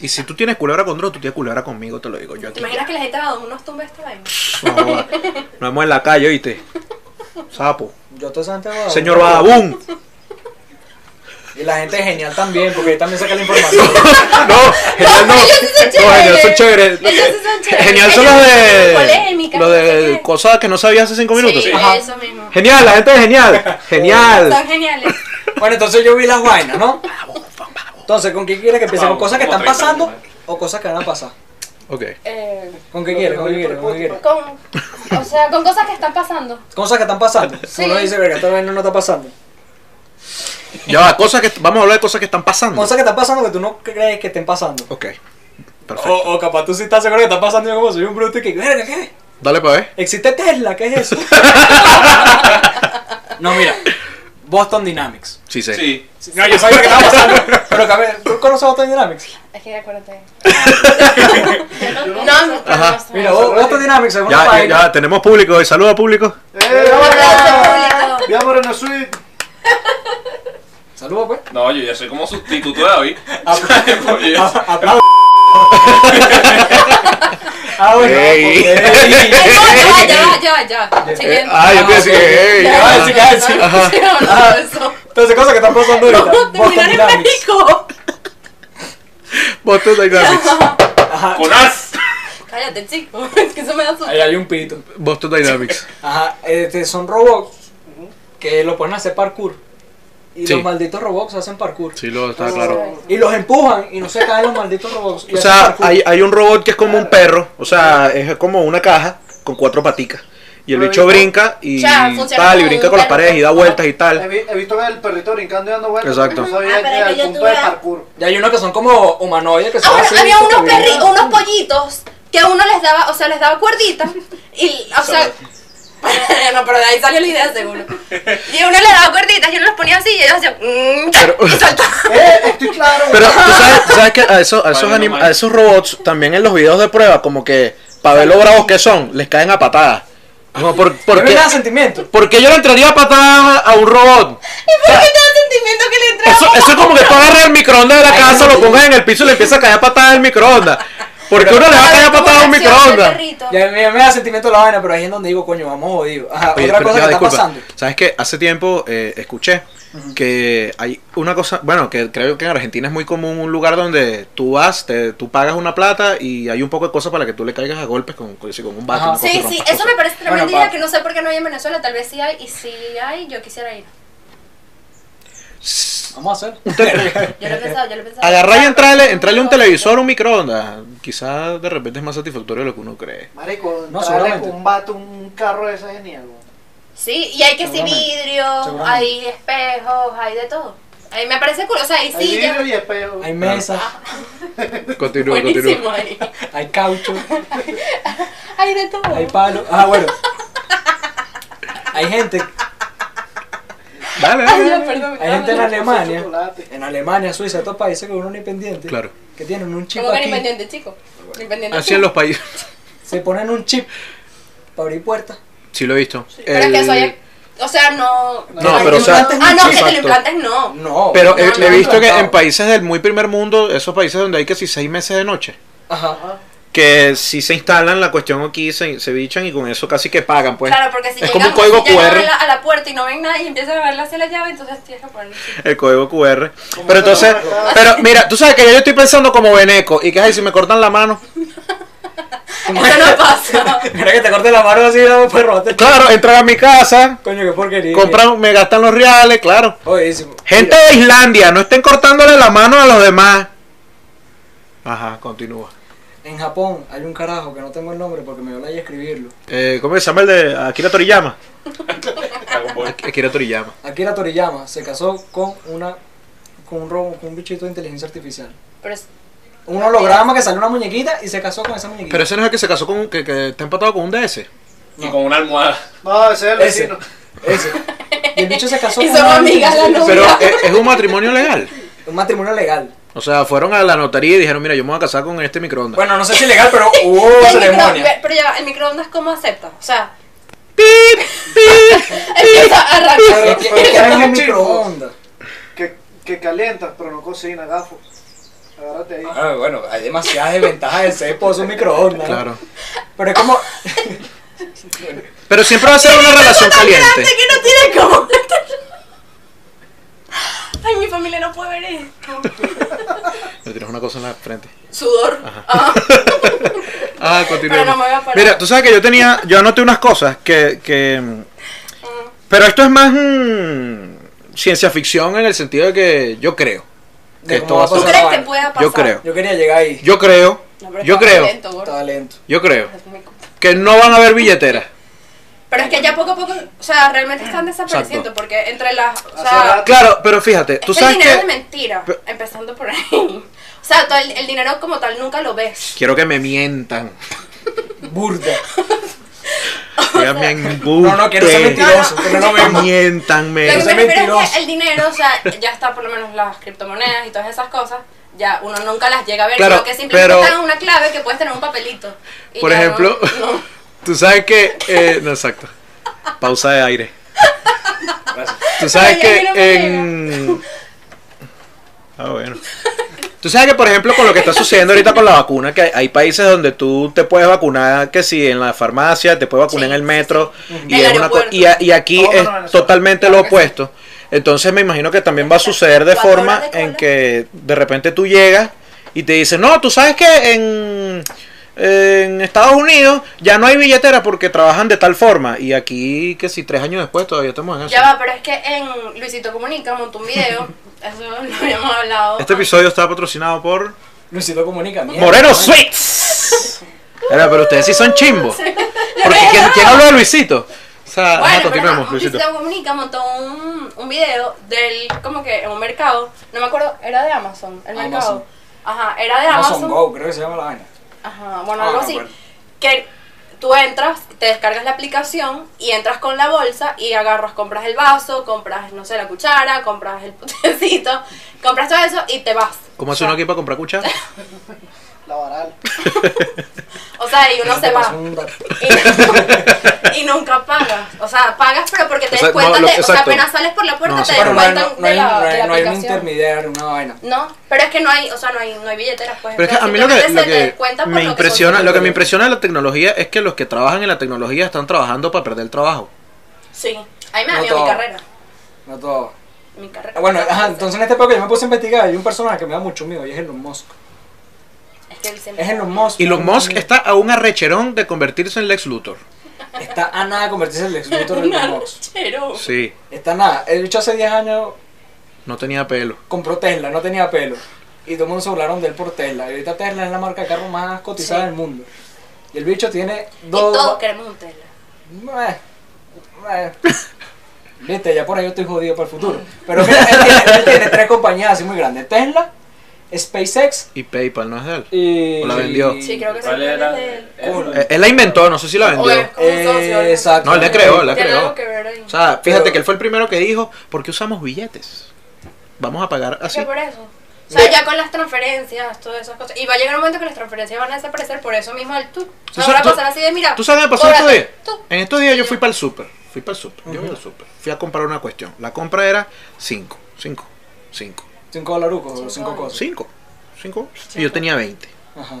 [SPEAKER 1] Y si tú tienes culebra con Dross, tú tienes culebra conmigo, te lo digo yo aquí.
[SPEAKER 5] ¿Te imaginas que la gente de Badabun nos tumba esta vaina?
[SPEAKER 1] No, joda. Nos vemos en la calle, ¿oíste? Sapo.
[SPEAKER 4] Yo estoy Santiago Badabun.
[SPEAKER 1] Señor Badabun.
[SPEAKER 4] Y la gente genial también, porque ahí también saca la información.
[SPEAKER 1] No, genial no.
[SPEAKER 5] Ellos sí son
[SPEAKER 1] No, genial son
[SPEAKER 5] chéveres.
[SPEAKER 1] chéveres.
[SPEAKER 5] Ellos sí son chéveres.
[SPEAKER 1] Genial son
[SPEAKER 5] Ellos
[SPEAKER 1] los de.
[SPEAKER 5] son polémicas,
[SPEAKER 1] Lo
[SPEAKER 5] no sé
[SPEAKER 1] de
[SPEAKER 5] qué.
[SPEAKER 1] cosas que no sabías hace cinco minutos.
[SPEAKER 5] Sí,
[SPEAKER 4] Ajá.
[SPEAKER 5] eso mismo.
[SPEAKER 1] Genial, la gente es genial. Genial.
[SPEAKER 5] Son geniales.
[SPEAKER 4] Bueno, entonces yo vi las vainas, ¿no? Entonces, ¿con qué quieres que empiece? ¿Con
[SPEAKER 6] Vamos,
[SPEAKER 4] cosas que
[SPEAKER 6] como
[SPEAKER 4] están
[SPEAKER 6] 30
[SPEAKER 4] pasando
[SPEAKER 6] minutos.
[SPEAKER 4] o cosas que van a pasar?
[SPEAKER 1] Ok.
[SPEAKER 5] Eh,
[SPEAKER 4] ¿Con qué quieres? ¿Con qué quieres? ¿Con qué quieres?
[SPEAKER 5] con, o sea, con cosas que están pasando.
[SPEAKER 4] Cosas que están pasando. Uno dice, verga, esta vaina no está pasando.
[SPEAKER 1] Ya va, cosas que. Vamos a hablar de cosas que están pasando.
[SPEAKER 4] Cosas que están pasando que tú no crees que estén pasando.
[SPEAKER 1] Ok. Perfecto.
[SPEAKER 4] O, o capaz tú sí estás seguro que está pasando y yo como soy un bruto y que, verga, ¿qué?
[SPEAKER 1] Dale para ver.
[SPEAKER 4] ¿Existe Tesla? ¿Qué es eso? no, mira. Boston Dynamics.
[SPEAKER 1] Sí, sí.
[SPEAKER 6] Sí.
[SPEAKER 4] No, yo sabía que estaba pasando. Pero que a ver, ¿tú conoces Boston Dynamics?
[SPEAKER 5] Es que acuérdate.
[SPEAKER 3] No,
[SPEAKER 5] No,
[SPEAKER 1] Ajá.
[SPEAKER 4] Mira, oh. Bo- Boston Dynamics es una
[SPEAKER 1] Ah, Ya, ya,
[SPEAKER 4] página.
[SPEAKER 1] ya, tenemos público hoy. Saluda público.
[SPEAKER 2] ¡Eh,
[SPEAKER 5] Hola,
[SPEAKER 2] hola! ¡Vamos a suite!
[SPEAKER 4] Saludos, pues.
[SPEAKER 6] No, yo ya soy como sustituto de David.
[SPEAKER 4] Ah,
[SPEAKER 6] Porque yo-
[SPEAKER 4] Aplausos. ah, bueno.
[SPEAKER 1] Ey.
[SPEAKER 4] porque-
[SPEAKER 5] Ay, no, ya va, ya va, ya va, ya va. Siguiente.
[SPEAKER 1] Ah, yo
[SPEAKER 4] Ah,
[SPEAKER 1] te decía.
[SPEAKER 4] ok.
[SPEAKER 1] ey,
[SPEAKER 4] Ya,
[SPEAKER 1] ajá.
[SPEAKER 4] sí, ya, sí.
[SPEAKER 1] Ajá.
[SPEAKER 5] Sí, no, no, eso.
[SPEAKER 4] Entonces, cosas que están pasando ahorita.
[SPEAKER 5] ¿Cómo
[SPEAKER 4] Boston
[SPEAKER 5] terminar en
[SPEAKER 4] Dynamics.
[SPEAKER 5] México?
[SPEAKER 1] Boston Dynamics.
[SPEAKER 4] Ajá.
[SPEAKER 6] ¡Jonás!
[SPEAKER 5] Cállate, chico. Es que eso me da susto.
[SPEAKER 4] Ahí hay un pito.
[SPEAKER 1] Boston Dynamics.
[SPEAKER 4] Ajá. Este, son robots que lo ponen a hacer parkour. Y
[SPEAKER 1] Sí.
[SPEAKER 4] los malditos robots hacen parkour.
[SPEAKER 1] Sí, lo está claro.
[SPEAKER 4] Y los empujan y no se caen los malditos robots. Y
[SPEAKER 1] O
[SPEAKER 4] hacen
[SPEAKER 1] sea,
[SPEAKER 4] parkour.
[SPEAKER 1] hay, hay un robot que es como un perro. O sea, es como una caja con cuatro paticas. Y el bicho brinca y
[SPEAKER 5] O sea, funciona
[SPEAKER 1] tal, y
[SPEAKER 5] como
[SPEAKER 1] brinca
[SPEAKER 5] un
[SPEAKER 1] con las
[SPEAKER 5] perro.
[SPEAKER 1] paredes y da vueltas y
[SPEAKER 2] He,
[SPEAKER 1] tal.
[SPEAKER 2] vi- he visto que el perrito brincando y dando vueltas.
[SPEAKER 1] Exacto. Eh,
[SPEAKER 2] No sabía
[SPEAKER 5] Ah,
[SPEAKER 2] que
[SPEAKER 5] pero
[SPEAKER 2] era
[SPEAKER 5] que
[SPEAKER 2] el
[SPEAKER 5] yo
[SPEAKER 2] punto
[SPEAKER 5] tuve-
[SPEAKER 2] de parkour.
[SPEAKER 4] Y hay unos que son como humanoides que son
[SPEAKER 5] Ah,
[SPEAKER 4] así,
[SPEAKER 5] bueno, había unos
[SPEAKER 4] como-
[SPEAKER 5] perritos, unos pollitos que uno les daba, o sea, les daba cuerditas y, o sea, no, pero de ahí salió la idea seguro. Y uno les daba cuerditas y uno los ponía así y ellos hacían mm, y saltaban.
[SPEAKER 2] ¡Eh, estoy claro!
[SPEAKER 1] Pero tú sabes, tú sabes que a esos, a esos,
[SPEAKER 6] Vale, no
[SPEAKER 1] anim-
[SPEAKER 6] manches.
[SPEAKER 1] a esos robots, también en los videos de prueba, como que para ver lo bravos que son, les caen a patadas. Como, ¿por,
[SPEAKER 4] ¿Por
[SPEAKER 1] por, qué,
[SPEAKER 4] sentimiento?
[SPEAKER 1] por qué yo le entraría a patadas a un robot?
[SPEAKER 5] ¿Y por qué te da sentimiento que le entraba?
[SPEAKER 1] Eso, eso es como que tú agarras el microondas de la casa, lo pongas en el piso y le empiezas a caer a patadas al microondas. Porque uno le va a caer a patadas a un microondas.
[SPEAKER 4] Ya me, me da sentimiento la vaina, pero ahí es donde digo, coño, vamos jodidos. Ajá,
[SPEAKER 1] Oye,
[SPEAKER 4] otra
[SPEAKER 1] pero
[SPEAKER 4] cosa
[SPEAKER 1] ya,
[SPEAKER 4] que
[SPEAKER 1] disculpa.
[SPEAKER 4] está pasando.
[SPEAKER 1] ¿Sabes qué? Hace tiempo eh, escuché que hay una cosa, bueno, que creo que en Argentina es muy común un lugar donde tú vas, te- tú pagas una plata y hay un poco de cosas para que tú le caigas a golpes con, con, con un bate.
[SPEAKER 4] Ajá.
[SPEAKER 1] una cosa y
[SPEAKER 5] Sí,
[SPEAKER 1] rompas
[SPEAKER 5] sí,
[SPEAKER 1] cosas.
[SPEAKER 5] eso me parece tremenda
[SPEAKER 4] Bueno,
[SPEAKER 5] idea
[SPEAKER 4] pa-
[SPEAKER 5] que no sé por qué no hay en Venezuela, tal vez sí hay y si hay, yo quisiera ir.
[SPEAKER 4] Vamos a hacer.
[SPEAKER 5] Yo lo he pensado, yo lo he pensado.
[SPEAKER 1] Agarrar y entrarle, entrarle un televisor, un microondas. Quizás de repente es más satisfactorio de lo que uno cree.
[SPEAKER 2] Marico,
[SPEAKER 4] No,
[SPEAKER 2] entrarle
[SPEAKER 4] seguramente.
[SPEAKER 2] con un vato, un carro de esa genial.
[SPEAKER 5] Sí, y hay que sí
[SPEAKER 4] Seguramente.
[SPEAKER 5] vidrio,
[SPEAKER 4] Seguramente.
[SPEAKER 5] hay espejos, hay de todo. Ahí me parece cool, o sea, y
[SPEAKER 2] Hay
[SPEAKER 5] sí,
[SPEAKER 2] vidrio
[SPEAKER 5] ya.
[SPEAKER 2] y espejo.
[SPEAKER 4] hay mesas,
[SPEAKER 1] Ah. Continúa,
[SPEAKER 5] Buenísimo
[SPEAKER 1] continúa.
[SPEAKER 5] ahí.
[SPEAKER 4] hay caucho,
[SPEAKER 5] Hay de todo.
[SPEAKER 4] hay palo. Ah, bueno. Hay gente,
[SPEAKER 1] Dale,
[SPEAKER 5] Ay,
[SPEAKER 1] dale.
[SPEAKER 5] ya, perdón.
[SPEAKER 4] hay gente en
[SPEAKER 2] Chocolate.
[SPEAKER 4] Alemania, en Alemania, Suiza, estos países que uno ni pendiente.
[SPEAKER 1] Claro.
[SPEAKER 4] Que tienen un chip
[SPEAKER 5] Como que ni
[SPEAKER 4] aquí.
[SPEAKER 5] pendiente, chico. Ni pendiente.
[SPEAKER 1] Así en los países.
[SPEAKER 4] Se ponen un chip para abrir puertas.
[SPEAKER 1] Sí, lo he visto.
[SPEAKER 5] Pero es que
[SPEAKER 1] El-
[SPEAKER 5] eso hay. O sea, no.
[SPEAKER 1] No, pero o sea.
[SPEAKER 4] implantes
[SPEAKER 5] Ah, no, que te
[SPEAKER 1] Exacto.
[SPEAKER 5] lo implantes, no.
[SPEAKER 4] No.
[SPEAKER 1] Pero
[SPEAKER 5] No,
[SPEAKER 1] he,
[SPEAKER 5] no,
[SPEAKER 1] le he
[SPEAKER 5] no,
[SPEAKER 1] visto que en
[SPEAKER 4] implantado.
[SPEAKER 1] países del muy primer mundo, esos países donde hay que si seis meses de noche,
[SPEAKER 4] Ajá.
[SPEAKER 1] que si se instalan la cuestión aquí, se, se bichan y con eso casi que pagan, pues.
[SPEAKER 5] Claro, porque si
[SPEAKER 1] es
[SPEAKER 5] llegan,
[SPEAKER 1] como un código
[SPEAKER 5] si llegan
[SPEAKER 1] QR.
[SPEAKER 5] a, la, a la puerta y no ven nada y empiezan a verla hacia la llave, entonces tienes que ponerlo.
[SPEAKER 1] El código QR. Pero
[SPEAKER 2] Como que no
[SPEAKER 1] entonces,
[SPEAKER 2] me acaba.
[SPEAKER 1] pero mira, tú sabes que yo estoy pensando como Beneco y que ay, si me cortan la mano.
[SPEAKER 5] Eso no pasa.
[SPEAKER 4] Mira que te corte la mano así, pues, no, perro. te-
[SPEAKER 1] Claro, entran a mi casa,
[SPEAKER 4] Coño, qué porquería.
[SPEAKER 1] compran, me gastan los reales, claro.
[SPEAKER 4] Jodidísimo.
[SPEAKER 1] Gente de Islandia, no estén cortándole la mano a los demás. Ajá, continúa.
[SPEAKER 4] En Japón hay un carajo que no tengo el nombre porque me dio a escribirlo.
[SPEAKER 1] Eh, ¿Cómo se llama el de Akira Toriyama?
[SPEAKER 6] Dragon Ball.
[SPEAKER 1] Akira Toriyama.
[SPEAKER 4] Akira Toriyama se casó con una con un robo, con un bichito de inteligencia artificial.
[SPEAKER 5] Pero es-
[SPEAKER 4] Un holograma que salió una muñequita y se casó con esa muñequita.
[SPEAKER 1] Pero ese no es el que se casó con un- que, que está empatado con un DS.
[SPEAKER 6] Y con una almohada.
[SPEAKER 2] No, ese es el
[SPEAKER 4] Ese.
[SPEAKER 2] vecino.
[SPEAKER 4] Ese. Y el bicho se casó
[SPEAKER 5] Y
[SPEAKER 4] con
[SPEAKER 5] son
[SPEAKER 4] una
[SPEAKER 5] amigas las
[SPEAKER 4] muñequita.
[SPEAKER 5] dos.
[SPEAKER 1] Pero ¿es, es un matrimonio legal.
[SPEAKER 4] Un matrimonio legal.
[SPEAKER 1] O sea, fueron a la notaría y dijeron, mira, yo me voy a casar con este microondas.
[SPEAKER 4] Bueno, no sé si legal, pero hubo
[SPEAKER 5] Ya el micro-
[SPEAKER 4] ceremonia.
[SPEAKER 5] pero ya, el microondas, ¿cómo acepta? O sea,
[SPEAKER 1] ¡Pip! ¡Pip!
[SPEAKER 5] empieza a
[SPEAKER 4] Pero
[SPEAKER 5] arrancar.
[SPEAKER 4] es que-
[SPEAKER 2] Pero
[SPEAKER 4] es que
[SPEAKER 2] ya
[SPEAKER 4] no es
[SPEAKER 2] es
[SPEAKER 4] un
[SPEAKER 2] chino.
[SPEAKER 4] microondas.
[SPEAKER 2] Que, que calientas, pero no cocina, gafo. Agárrate ahí.
[SPEAKER 4] Ah, bueno, hay demasiadas desventajas de ser esposo un microondas. ¿no?
[SPEAKER 1] Claro.
[SPEAKER 4] Pero es como.
[SPEAKER 1] Pero siempre va a ser una relación
[SPEAKER 5] tan grande
[SPEAKER 1] caliente.
[SPEAKER 5] que no tiene como. Ay, mi familia no puede ver esto.
[SPEAKER 1] Me tienes una cosa en la frente.
[SPEAKER 5] Sudor.
[SPEAKER 1] Ajá.
[SPEAKER 5] Ah,
[SPEAKER 1] Ah,
[SPEAKER 5] Pero no
[SPEAKER 1] continuemos.
[SPEAKER 5] me voy a parar.
[SPEAKER 1] Mira, tú sabes que yo tenía, yo anoté unas cosas que, que mm,
[SPEAKER 5] mm.
[SPEAKER 1] pero esto es más mm, ciencia ficción en el sentido de que yo creo,
[SPEAKER 4] De
[SPEAKER 1] esto
[SPEAKER 4] cómo
[SPEAKER 1] va a
[SPEAKER 4] va a
[SPEAKER 5] ¿Tú
[SPEAKER 1] Eso
[SPEAKER 4] pasar
[SPEAKER 5] crees
[SPEAKER 4] la
[SPEAKER 5] que
[SPEAKER 4] vaina.
[SPEAKER 5] pueda pasar?
[SPEAKER 1] yo creo,
[SPEAKER 4] Yo quería llegar ahí.
[SPEAKER 1] yo creo,
[SPEAKER 5] No, pero
[SPEAKER 1] yo
[SPEAKER 5] está
[SPEAKER 1] creo,
[SPEAKER 5] lento, gordo.
[SPEAKER 4] Estaba lento.
[SPEAKER 1] yo creo
[SPEAKER 5] Es muy complicado.
[SPEAKER 1] que no van a haber billeteras.
[SPEAKER 5] Pero es que ya poco a poco, o sea, realmente están desapareciendo
[SPEAKER 1] Exacto.
[SPEAKER 5] porque entre las, o
[SPEAKER 2] Hace
[SPEAKER 5] sea,
[SPEAKER 2] rato.
[SPEAKER 1] Claro, pero fíjate,
[SPEAKER 5] es
[SPEAKER 1] tú
[SPEAKER 5] que
[SPEAKER 1] sabes
[SPEAKER 5] el dinero es
[SPEAKER 1] que
[SPEAKER 5] mentira,
[SPEAKER 1] Pero-
[SPEAKER 5] empezando por ahí. O sea, todo el, el dinero como tal nunca lo ves.
[SPEAKER 1] quiero que me mientan,
[SPEAKER 4] Burda.
[SPEAKER 1] Quiero que me
[SPEAKER 4] No, no, quiero ser
[SPEAKER 1] embuten.
[SPEAKER 4] mentiroso. Pero no vemos.
[SPEAKER 1] miéntanme.
[SPEAKER 5] Lo que me
[SPEAKER 4] Pero
[SPEAKER 5] refiero
[SPEAKER 4] soy
[SPEAKER 5] es
[SPEAKER 4] mentiroso.
[SPEAKER 5] que el dinero, o sea, ya está por lo menos las criptomonedas y todas esas cosas, ya uno nunca las llega a ver,
[SPEAKER 1] Claro,
[SPEAKER 5] sino que simplemente
[SPEAKER 1] pero-
[SPEAKER 5] están en una clave que puedes tener un papelito. y
[SPEAKER 1] Por
[SPEAKER 5] ya no-
[SPEAKER 1] ejemplo,
[SPEAKER 5] no.
[SPEAKER 1] tú sabes que, eh, no, exacto, pausa de aire.
[SPEAKER 4] Gracias.
[SPEAKER 1] Tú sabes
[SPEAKER 5] Ay, a mí
[SPEAKER 1] que
[SPEAKER 5] no me
[SPEAKER 1] en... Ah, bueno. Tú sabes que, por ejemplo, con lo que está sucediendo ahorita con la vacuna, que hay, hay países donde tú te puedes vacunar, que si en la farmacia, te puedes vacunar
[SPEAKER 5] Sí,
[SPEAKER 1] en el metro, y,
[SPEAKER 5] El
[SPEAKER 1] es una co-
[SPEAKER 5] aeropuerto.
[SPEAKER 1] y, a- y aquí
[SPEAKER 2] Todo menos
[SPEAKER 1] es
[SPEAKER 2] Venezuela.
[SPEAKER 1] totalmente lo opuesto. Entonces me imagino que también va a suceder de
[SPEAKER 5] Cuatro
[SPEAKER 1] forma
[SPEAKER 5] horas de
[SPEAKER 1] en
[SPEAKER 5] cola.
[SPEAKER 1] que de repente tú llegas y te dicen, no, tú sabes que en, en Estados Unidos ya no hay billetera porque trabajan de tal forma. Y aquí, que si tres años después todavía estamos en eso.
[SPEAKER 5] Ya va, pero es que en Luisito Comunica montó un video, eso lo habíamos hablado.
[SPEAKER 1] Este episodio está patrocinado por
[SPEAKER 4] Luisito comunica. mierda.
[SPEAKER 1] Moreno Sweets. Era, pero ustedes sí son chimbos. Porque ¿quién, quién habló de Luisito? O sea,
[SPEAKER 5] Ah, Bueno,
[SPEAKER 1] ajá, continuemos,
[SPEAKER 5] pero
[SPEAKER 1] Luisito.
[SPEAKER 5] Luisito Comunica montó un, un video del, como que en un mercado, no me acuerdo, era de Amazon, el
[SPEAKER 4] Amazon.
[SPEAKER 5] mercado. Ajá, era de Amazon.
[SPEAKER 4] Amazon Go, creo que se llama la vaina.
[SPEAKER 5] Ajá, bueno,
[SPEAKER 6] Ah,
[SPEAKER 5] algo
[SPEAKER 6] no,
[SPEAKER 5] así.
[SPEAKER 6] bueno.
[SPEAKER 5] Que tú entras, te descargas la aplicación y entras con la bolsa y agarras, compras el vaso, compras, no sé, la cuchara, compras el potecito, compras todo eso y te vas.
[SPEAKER 1] ¿Cómo hace
[SPEAKER 5] O sea,
[SPEAKER 1] uno aquí para comprar cuchara?
[SPEAKER 2] La varal.
[SPEAKER 5] O sea, y uno se
[SPEAKER 4] Te
[SPEAKER 5] va.
[SPEAKER 4] pasó un dato.
[SPEAKER 5] y, y nunca pagas. O sea, pagas, pero porque te
[SPEAKER 1] O sea,
[SPEAKER 5] descuentan
[SPEAKER 1] no, lo-
[SPEAKER 5] de. O sea,
[SPEAKER 1] exacto.
[SPEAKER 5] apenas sales por la puerta,
[SPEAKER 1] No,
[SPEAKER 5] te
[SPEAKER 1] sí, pero
[SPEAKER 4] Bueno, no hay,
[SPEAKER 5] descuentan
[SPEAKER 4] no, no
[SPEAKER 5] de
[SPEAKER 4] hay,
[SPEAKER 5] la,
[SPEAKER 4] no
[SPEAKER 5] de
[SPEAKER 4] hay-
[SPEAKER 5] la
[SPEAKER 4] no hay un
[SPEAKER 5] aplicación.
[SPEAKER 4] intermediario, una vaina.
[SPEAKER 5] No, pero es que no hay, o sea, no hay, no hay billeteras, pues.
[SPEAKER 1] Pero es que a mí lo que,
[SPEAKER 5] simplemente
[SPEAKER 1] lo
[SPEAKER 5] se te
[SPEAKER 1] que
[SPEAKER 5] descuenta por
[SPEAKER 1] me
[SPEAKER 5] lo que
[SPEAKER 1] impresiona,
[SPEAKER 5] consumes.
[SPEAKER 1] lo que me impresiona de la tecnología es que los que trabajan en la tecnología están trabajando para perder el trabajo.
[SPEAKER 5] Sí, a mí me da
[SPEAKER 4] No
[SPEAKER 5] miedo mi
[SPEAKER 4] todo.
[SPEAKER 5] carrera.
[SPEAKER 4] No todo.
[SPEAKER 5] Mi carrera.
[SPEAKER 4] Ah, Bueno, ajá, entonces en este papel yo me puse a investigar. Hay un personaje que me da mucho miedo y es Elon Musk.
[SPEAKER 5] Es que él siempre-
[SPEAKER 4] Es Elon Musk.
[SPEAKER 1] Y
[SPEAKER 4] me da
[SPEAKER 1] los
[SPEAKER 4] mucho
[SPEAKER 1] Musk
[SPEAKER 4] miedo.
[SPEAKER 1] está a un arrecherón de convertirse en Lex Luthor.
[SPEAKER 4] Está a nada de convertirse en el exministro de Elon Musk.
[SPEAKER 5] Narchero.
[SPEAKER 1] Sí,
[SPEAKER 4] Está a nada. El bicho hace 10 años
[SPEAKER 1] no tenía pelo.
[SPEAKER 4] compró Tesla, no tenía pelo. Y todo el mundo se burlaron de él por Tesla. Y ahorita Tesla es la marca de carro más cotizada
[SPEAKER 5] Sí.
[SPEAKER 4] del mundo. Y el bicho tiene
[SPEAKER 5] Y
[SPEAKER 4] dos.
[SPEAKER 5] todos queremos un Tesla.
[SPEAKER 4] Meh, meh. eh. Viste, ya por ahí yo estoy jodido para el futuro. Pero mira, él tiene, él tiene tres compañías así muy grandes: Tesla, SpaceX
[SPEAKER 1] Y PayPal no es de él.
[SPEAKER 4] y.
[SPEAKER 1] O la vendió.
[SPEAKER 5] Sí, creo que sí.
[SPEAKER 6] ¿Cuál era?
[SPEAKER 4] Culo.
[SPEAKER 1] Eh, Él la inventó, no sé si la vendió.
[SPEAKER 5] Oye, como un socio,
[SPEAKER 4] Eh, exacto.
[SPEAKER 1] No, él la creó, la
[SPEAKER 5] Tiene
[SPEAKER 1] creó.
[SPEAKER 5] algo que ver ahí.
[SPEAKER 1] O sea, fíjate
[SPEAKER 4] Pero-
[SPEAKER 1] que él fue el primero que dijo, ¿por qué usamos billetes? Vamos a pagar
[SPEAKER 5] Es
[SPEAKER 1] así.
[SPEAKER 5] que por eso. O sea,
[SPEAKER 4] Mira.
[SPEAKER 5] ya con las transferencias, todas esas cosas. Y va a llegar un momento que las transferencias van a desaparecer por eso mismo el tú.
[SPEAKER 1] ¿Tú
[SPEAKER 5] Ahora va a
[SPEAKER 1] sabes-
[SPEAKER 5] pasar así de, mira.
[SPEAKER 1] ¿Tú sabes qué me pasó estos
[SPEAKER 5] cóbrate,
[SPEAKER 1] días?
[SPEAKER 5] tú.
[SPEAKER 1] En estos días yo fui para el súper. Fui para el súper. Yo voy al súper. Fui a comprar una cuestión. La compra era 5, 5, 5,
[SPEAKER 4] Cinco dolarucos o cinco cosas.
[SPEAKER 1] 5, 5. Y yo tenía 20.
[SPEAKER 4] Ajá.